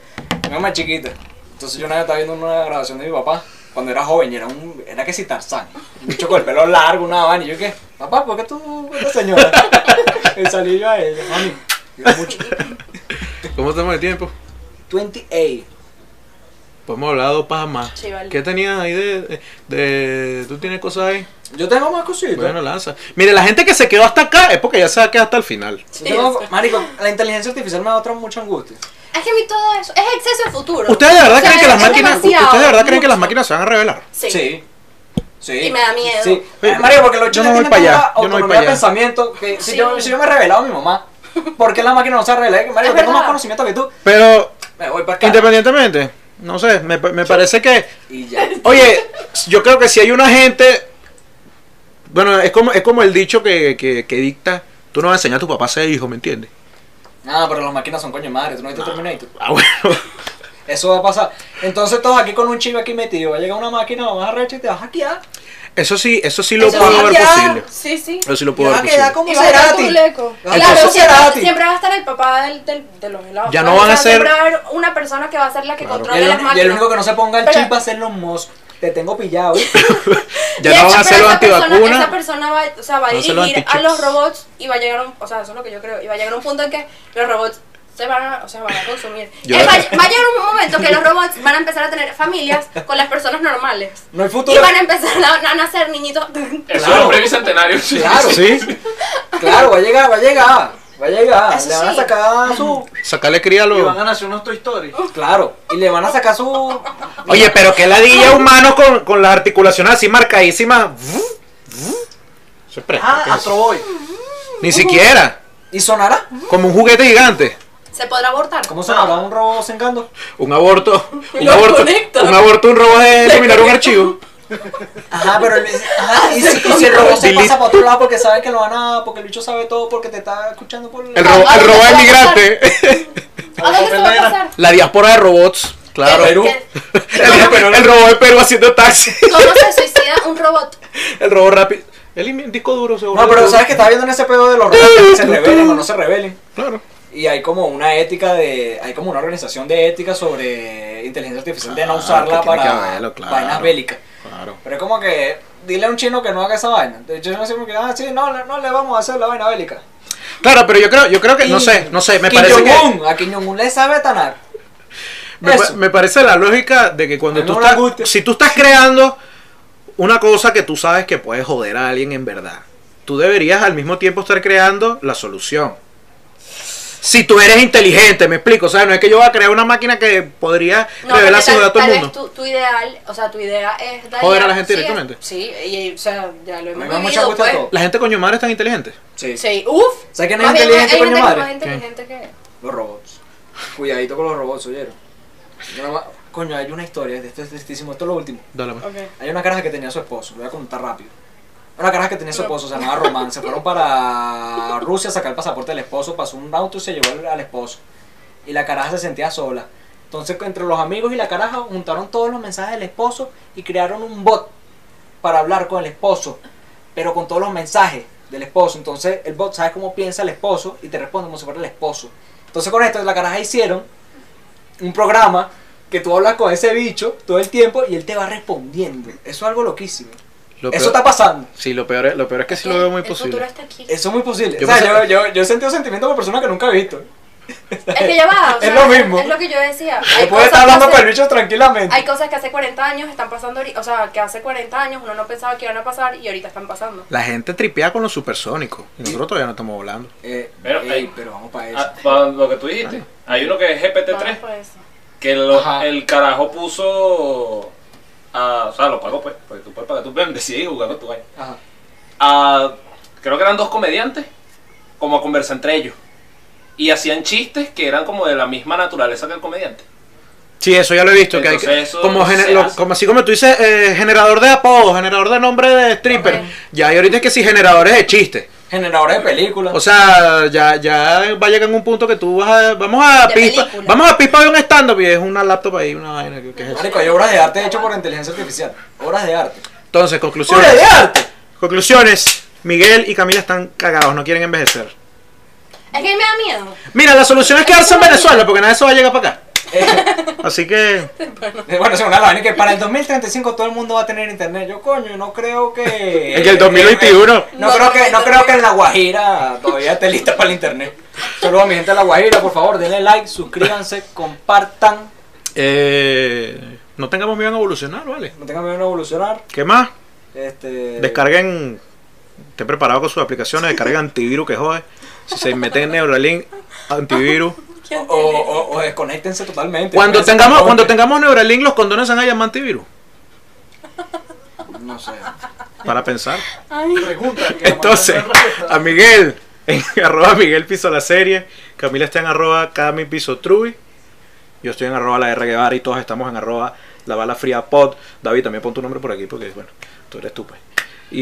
[SPEAKER 4] mi mamá es chiquita. Entonces yo una vez estaba viendo una grabación de mi papá. Cuando era joven, y era un. Era que si Tarzán. Un bicho con el pelo largo, una vaina. Y yo, ¿qué? Papá, ¿por qué tú, esta señora? y salí yo a ella, mami. Yo mucho.
[SPEAKER 1] ¿Cómo estamos de tiempo?
[SPEAKER 4] 28.
[SPEAKER 1] Pues hemos hablado paja más.
[SPEAKER 5] Sí, vale.
[SPEAKER 1] ¿Qué tenías ahí de, de- ¿Tú tienes cosas ahí?
[SPEAKER 4] Yo tengo más cositas.
[SPEAKER 1] Bueno, lanza. Mire, la gente que se quedó hasta acá es porque ya se va a quedar hasta el final.
[SPEAKER 4] Yo tengo- marico, la inteligencia artificial me da otra mucha angustia.
[SPEAKER 5] Es que a mí todo eso es exceso de futuro.
[SPEAKER 1] ¿Ustedes de verdad
[SPEAKER 5] O sea,
[SPEAKER 1] creen que las
[SPEAKER 5] es
[SPEAKER 1] máquinas...
[SPEAKER 5] demasiado,
[SPEAKER 1] ¿Ustedes de verdad creen que las
[SPEAKER 5] mucho.
[SPEAKER 1] máquinas se van a revelar?
[SPEAKER 5] Sí.
[SPEAKER 4] Sí. Sí.
[SPEAKER 5] Y me da miedo.
[SPEAKER 4] Sí.
[SPEAKER 1] Oye,
[SPEAKER 4] Mario, porque los
[SPEAKER 1] yo
[SPEAKER 4] chinos
[SPEAKER 1] no voy
[SPEAKER 4] tienen
[SPEAKER 1] pa' allá,
[SPEAKER 4] tanta
[SPEAKER 1] yo no voy
[SPEAKER 4] autonomía
[SPEAKER 1] pa'
[SPEAKER 4] de
[SPEAKER 1] allá.
[SPEAKER 4] pensamiento que si,
[SPEAKER 5] Sí.
[SPEAKER 4] yo, si yo me he revelado a mi mamá, ¿por qué la máquina no se revela? Eh, Mario,
[SPEAKER 5] Es
[SPEAKER 4] tengo más
[SPEAKER 5] verdad.
[SPEAKER 4] conocimiento que tú.
[SPEAKER 1] Pero,
[SPEAKER 4] Me voy para acá.
[SPEAKER 1] independientemente, no sé, me, me parece que...
[SPEAKER 4] Y ya.
[SPEAKER 1] Oye, yo creo que si hay una gente... Bueno, es como, es como el dicho que, que, que dicta, tú no vas a enseñar a tu papá a ser hijo, ¿me entiendes?
[SPEAKER 4] Nada, pero las máquinas son coño de madre, tú no viste Terminator.
[SPEAKER 1] Ah, bueno.
[SPEAKER 4] Eso va a pasar. Entonces todos aquí con un chivo aquí metido, va a llegar una máquina, vamos a recha y te vas a hackear.
[SPEAKER 1] Eso sí, eso sí lo
[SPEAKER 5] Eso
[SPEAKER 1] puedo
[SPEAKER 5] sí,
[SPEAKER 1] ver
[SPEAKER 4] ya.
[SPEAKER 1] posible.
[SPEAKER 5] Sí, sí.
[SPEAKER 1] Eso sí lo
[SPEAKER 4] Te
[SPEAKER 1] puedo
[SPEAKER 4] vas
[SPEAKER 1] ver
[SPEAKER 4] a quedar
[SPEAKER 1] posible.
[SPEAKER 4] como
[SPEAKER 5] Y va a estar
[SPEAKER 4] Cerati.
[SPEAKER 5] tu leco.
[SPEAKER 4] Vas a
[SPEAKER 1] Claro,
[SPEAKER 4] quedar
[SPEAKER 5] Claro,
[SPEAKER 4] como
[SPEAKER 5] siempre,
[SPEAKER 4] Cerati.
[SPEAKER 5] siempre va a estar el papá del, del, de los helados.
[SPEAKER 1] Ya no
[SPEAKER 5] O sea,
[SPEAKER 1] van a ser-
[SPEAKER 5] Siempre va a haber una persona que va a ser la que
[SPEAKER 1] Claro.
[SPEAKER 4] Y
[SPEAKER 5] controle
[SPEAKER 4] el,
[SPEAKER 5] las
[SPEAKER 4] y
[SPEAKER 5] máquinas.
[SPEAKER 4] el único que no se ponga el
[SPEAKER 5] Pero-
[SPEAKER 4] chip va a ser los mosques. Te tengo pillado. ¿eh?
[SPEAKER 1] Ya
[SPEAKER 5] De
[SPEAKER 1] no
[SPEAKER 5] hecho,
[SPEAKER 1] van a hacer los
[SPEAKER 5] pero esa persona-
[SPEAKER 1] antivacunas.
[SPEAKER 5] Esa persona va, o sea, va a
[SPEAKER 1] Van a hacer los
[SPEAKER 5] dirigir a
[SPEAKER 1] antichips.
[SPEAKER 5] los robots y va a llegar a un, o sea, eso es lo que yo creo, y va a llegar a un punto en que los robots se van a, o sea, van a consumir.
[SPEAKER 1] Yo-
[SPEAKER 5] Eh, va, va a llegar un momento que los robots van a empezar a tener familias con las personas normales.
[SPEAKER 4] No hay futuro.
[SPEAKER 5] Y van a empezar a, a nacer niñitos.
[SPEAKER 6] Eso
[SPEAKER 4] Claro.
[SPEAKER 6] es un premio centenario. sí.
[SPEAKER 4] Claro.
[SPEAKER 1] Sí,
[SPEAKER 4] Claro, va a llegar, va a llegar. Va a llegar.
[SPEAKER 5] Eso
[SPEAKER 4] Le van a
[SPEAKER 5] sí.
[SPEAKER 4] sacar su.
[SPEAKER 1] sacarle cría a
[SPEAKER 2] Y
[SPEAKER 1] los...
[SPEAKER 2] van a nacer unos Toy Story.
[SPEAKER 4] Claro. Y le van a sacar su.
[SPEAKER 1] Oye, pero que ladilla humano con, con las articulaciones así marcadísimas. Eso es presto,
[SPEAKER 2] Ah,
[SPEAKER 1] ¿qué es eso?
[SPEAKER 2] Astro Boy.
[SPEAKER 1] Ni siquiera.
[SPEAKER 4] ¿Y sonará?
[SPEAKER 1] Como un juguete gigante.
[SPEAKER 5] Se podrá abortar.
[SPEAKER 4] ¿Cómo sonará un robo sengando?
[SPEAKER 1] Un aborto. Un
[SPEAKER 5] Lo
[SPEAKER 1] aborto.
[SPEAKER 5] conecta.
[SPEAKER 1] Un aborto, un robo de eliminar un archivo.
[SPEAKER 4] Ajá, pero el, ajá, y, si, y si el robot se pasa para otro lado porque sabe que lo van a. Porque el bicho sabe todo porque te está escuchando por.
[SPEAKER 1] El robo, el robo de migrante.
[SPEAKER 5] ¿A dónde se va a pasar?
[SPEAKER 1] La diáspora de robots. Claro.
[SPEAKER 5] ¿Qué-
[SPEAKER 1] El,
[SPEAKER 5] qué-
[SPEAKER 1] el robo de Perú haciendo taxi.
[SPEAKER 5] ¿Cómo se suicida un robot?
[SPEAKER 1] El robo rápido. El disco duro seguro.
[SPEAKER 4] No, pero sabes que estaba viendo en ese pedo de los robots que se rebelen o no se rebelen.
[SPEAKER 1] Claro.
[SPEAKER 4] Y hay como una ética de. Hay como una organización de ética sobre inteligencia artificial de no
[SPEAKER 1] Claro,
[SPEAKER 4] usarla
[SPEAKER 1] Ah, que tiene
[SPEAKER 4] para
[SPEAKER 1] que haberlo, claro.
[SPEAKER 4] vainas bélicas.
[SPEAKER 1] Claro.
[SPEAKER 4] Pero es como que. Dile a un chino que no haga esa vaina. De hecho, yo no sé como que. Ah, sí, no, no, no le vamos a hacer la vaina bélica.
[SPEAKER 1] Claro, pero yo creo, yo creo que, no sé, no sé, me
[SPEAKER 4] Kim
[SPEAKER 1] parece que,
[SPEAKER 4] Jong-un, A Kim Jong-un le sabe tanar.
[SPEAKER 1] Me, pa-
[SPEAKER 4] Eso.
[SPEAKER 1] me parece la lógica de que
[SPEAKER 4] A
[SPEAKER 1] cuando
[SPEAKER 4] mí
[SPEAKER 1] tú
[SPEAKER 4] no me
[SPEAKER 1] estás,
[SPEAKER 4] gusta.
[SPEAKER 1] si tú estás creando una cosa que tú sabes que puede joder a alguien en verdad, tú deberías al mismo tiempo estar creando la solución. Si tú eres inteligente, me explico, o sea, no es que yo voy a crear una máquina que podría
[SPEAKER 5] No,
[SPEAKER 1] revelar
[SPEAKER 5] porque
[SPEAKER 1] su dato
[SPEAKER 5] tal
[SPEAKER 1] al
[SPEAKER 5] vez
[SPEAKER 1] mundo.
[SPEAKER 5] tu, tu ideal, o sea, tu idea es dañar-
[SPEAKER 1] Joder a la gente
[SPEAKER 5] sí,
[SPEAKER 1] directamente.
[SPEAKER 5] es- Sí, y, y, o sea, ya lo
[SPEAKER 4] me
[SPEAKER 5] hemos
[SPEAKER 4] da mucha
[SPEAKER 5] vivido,
[SPEAKER 4] angustia
[SPEAKER 5] pues.
[SPEAKER 4] todo.
[SPEAKER 1] La gente coño madre es tan inteligente.
[SPEAKER 4] Sí.
[SPEAKER 5] Sí, uff.
[SPEAKER 4] ¿Sabes quién es
[SPEAKER 5] Más bien, hay-
[SPEAKER 4] inteligente,
[SPEAKER 5] hay
[SPEAKER 4] coño
[SPEAKER 5] gente que es
[SPEAKER 4] madre?
[SPEAKER 5] más inteligente que...
[SPEAKER 4] Los robots. Cuidadito con los robots, oyeron. Yo nada más- Coño, hay una historia, esto es tristísimo, esto es lo último.
[SPEAKER 1] Dale, pues.
[SPEAKER 5] Ok.
[SPEAKER 4] Hay una caraja que tenía a su esposo, lo voy a contar rápido. Una caraja que tenía a su esposo, se llamaba Román, se fueron para Rusia a sacar el pasaporte del esposo, pasó un auto y se llevó al- al esposo. Y la caraja se sentía sola. Entonces, entre los amigos y la caraja juntaron todos los mensajes del esposo y crearon un bot para hablar con el esposo, pero con todos los mensajes del esposo. Entonces, el bot sabe cómo piensa el esposo y te responde como si fuera el esposo. Entonces, con esto, la caraja hicieron un programa que tú hablas con ese bicho todo el tiempo y él te va respondiendo. Eso es algo loquísimo.
[SPEAKER 1] Lo
[SPEAKER 4] Eso
[SPEAKER 1] peor-
[SPEAKER 4] está pasando.
[SPEAKER 1] Sí, lo peor, es, lo peor es que sí lo veo muy
[SPEAKER 5] El futuro
[SPEAKER 1] posible.
[SPEAKER 5] está aquí.
[SPEAKER 4] Eso es muy posible.
[SPEAKER 1] Yo
[SPEAKER 4] o sea,
[SPEAKER 1] pensaba-
[SPEAKER 4] yo, yo, yo he sentido sentimientos por personas que nunca he visto.
[SPEAKER 5] Es que ya va, o
[SPEAKER 4] Es
[SPEAKER 5] sea,
[SPEAKER 4] lo mismo.
[SPEAKER 5] Es lo que yo decía.
[SPEAKER 4] Él
[SPEAKER 5] Hay
[SPEAKER 4] puede
[SPEAKER 5] cosas
[SPEAKER 4] estar
[SPEAKER 5] que
[SPEAKER 4] hablando
[SPEAKER 5] hace-
[SPEAKER 4] con el bicho tranquilamente.
[SPEAKER 5] Hay cosas que hace 40 años están pasando ahorita, o sea, que hace 40 años uno no pensaba que iban a pasar y ahorita están pasando.
[SPEAKER 1] La gente tripea con los supersónicos. Y nosotros todavía no estamos hablando.
[SPEAKER 4] Eh,
[SPEAKER 6] Pero,
[SPEAKER 4] ey,
[SPEAKER 6] ey.
[SPEAKER 4] pero vamos para eso.
[SPEAKER 6] Ah, pa- lo que tú dijiste. Hay uno que es
[SPEAKER 5] Vamos
[SPEAKER 6] GPT-3,
[SPEAKER 5] por eso.
[SPEAKER 6] que lo-
[SPEAKER 4] Ajá.
[SPEAKER 6] el carajo puso. a- o sea, lo pagó, pues. Porque tú puedes pagar, tú puedes decidir jugar con tu vaina.
[SPEAKER 4] Ajá.
[SPEAKER 6] a- creo que eran dos comediantes, como a conversar entre ellos. Y hacían chistes que eran como de la misma naturaleza que el comediante.
[SPEAKER 1] Sí, eso ya lo he visto. que hay-
[SPEAKER 6] Entonces, eso
[SPEAKER 1] como, gener-
[SPEAKER 6] se
[SPEAKER 1] lo-
[SPEAKER 6] hace.
[SPEAKER 1] como así como tú dices, eh, generador de apodos, generador de nombre de stripper.
[SPEAKER 5] Ok.
[SPEAKER 1] Ya hay ahorita que sí, generadores de chistes.
[SPEAKER 4] Generadores de películas.
[SPEAKER 1] O sea, ya, ya va a llegar un punto que tú vas a. Vamos a
[SPEAKER 5] De
[SPEAKER 1] pispa.
[SPEAKER 5] película.
[SPEAKER 1] Vamos a pispa de un stand-up y es una laptop ahí, una vaina. ¿qué- qué es eso?
[SPEAKER 4] Marico, hay obras de arte hechas por inteligencia artificial. Obras de arte.
[SPEAKER 1] Entonces,
[SPEAKER 4] ¡Obras
[SPEAKER 1] conclusiones.
[SPEAKER 4] de arte!
[SPEAKER 1] Conclusiones. Miguel y Camila están cagados, no quieren envejecer.
[SPEAKER 5] Es que a mí me da miedo.
[SPEAKER 1] Mira, la solución es quedarse en Venezuela porque nada de eso va a llegar para acá. Así que.
[SPEAKER 4] Eh, Bueno, según la vaina que para el 2035 todo el mundo va a tener internet. Yo, coño, no creo que.
[SPEAKER 1] En el 2021.
[SPEAKER 4] No, creo que, no creo que en La Guajira todavía esté lista para el internet. Saludos a mi gente de La Guajira, por favor, denle like, suscríbanse, compartan.
[SPEAKER 1] eh, no tengamos miedo en evolucionar, ¿vale?
[SPEAKER 4] No tengan miedo a evolucionar.
[SPEAKER 1] ¿Qué más?
[SPEAKER 4] Este,
[SPEAKER 1] Descarguen. Estén preparados con sus aplicaciones. Descarguen antivirus que jode. Si se meten en Neuralink, antivirus.
[SPEAKER 4] O, o, o desconectense totalmente.
[SPEAKER 1] Cuando
[SPEAKER 4] Desconectense
[SPEAKER 1] tengamos,
[SPEAKER 4] totalmente.
[SPEAKER 1] cuando tengamos Neuralink, los condones se van a llamar antivirus.
[SPEAKER 4] No sé.
[SPEAKER 1] Para pensar.
[SPEAKER 4] Pregunta.
[SPEAKER 1] Entonces, a Miguel, en arroba Miguel Piso la serie, Camila está en arroba Cami Piso Trubi, yo estoy en arroba la R Guevara y todos estamos en arroba la bala fría pod. David, también pon tu nombre por aquí porque, bueno, tú eres tú, pues.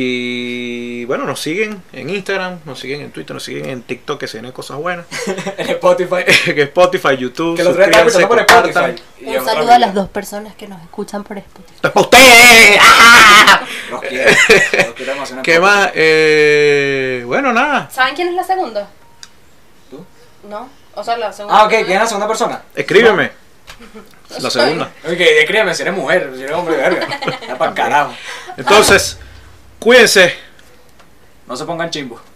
[SPEAKER 1] Y bueno, nos siguen en Instagram, nos siguen en Twitter, nos siguen en TikTok, que se vienen cosas buenas.
[SPEAKER 4] en Spotify.
[SPEAKER 1] en Spotify, YouTube,
[SPEAKER 4] Que lo trae estaba
[SPEAKER 1] suscríbanse,
[SPEAKER 4] escuchando por
[SPEAKER 1] compartan.
[SPEAKER 4] Spotify. Y
[SPEAKER 5] Un saludo a las dos personas que nos escuchan por Spotify.
[SPEAKER 1] ¡Esto es para ustedes! ¡Ah!
[SPEAKER 4] Los quiero. Los quiero demasiado.
[SPEAKER 1] ¿Qué más? Eh, bueno, nada.
[SPEAKER 5] ¿Saben quién es la segunda?
[SPEAKER 4] ¿Tú?
[SPEAKER 5] No, o sea, la segunda.
[SPEAKER 4] Ah, ok, ¿quién es la segunda persona?
[SPEAKER 1] Escríbeme. La segunda.
[SPEAKER 4] Ok, descríbeme si eres mujer, si eres hombre, verga. Está para carajo.
[SPEAKER 1] Entonces, cuídense.
[SPEAKER 4] No se pongan chimbos.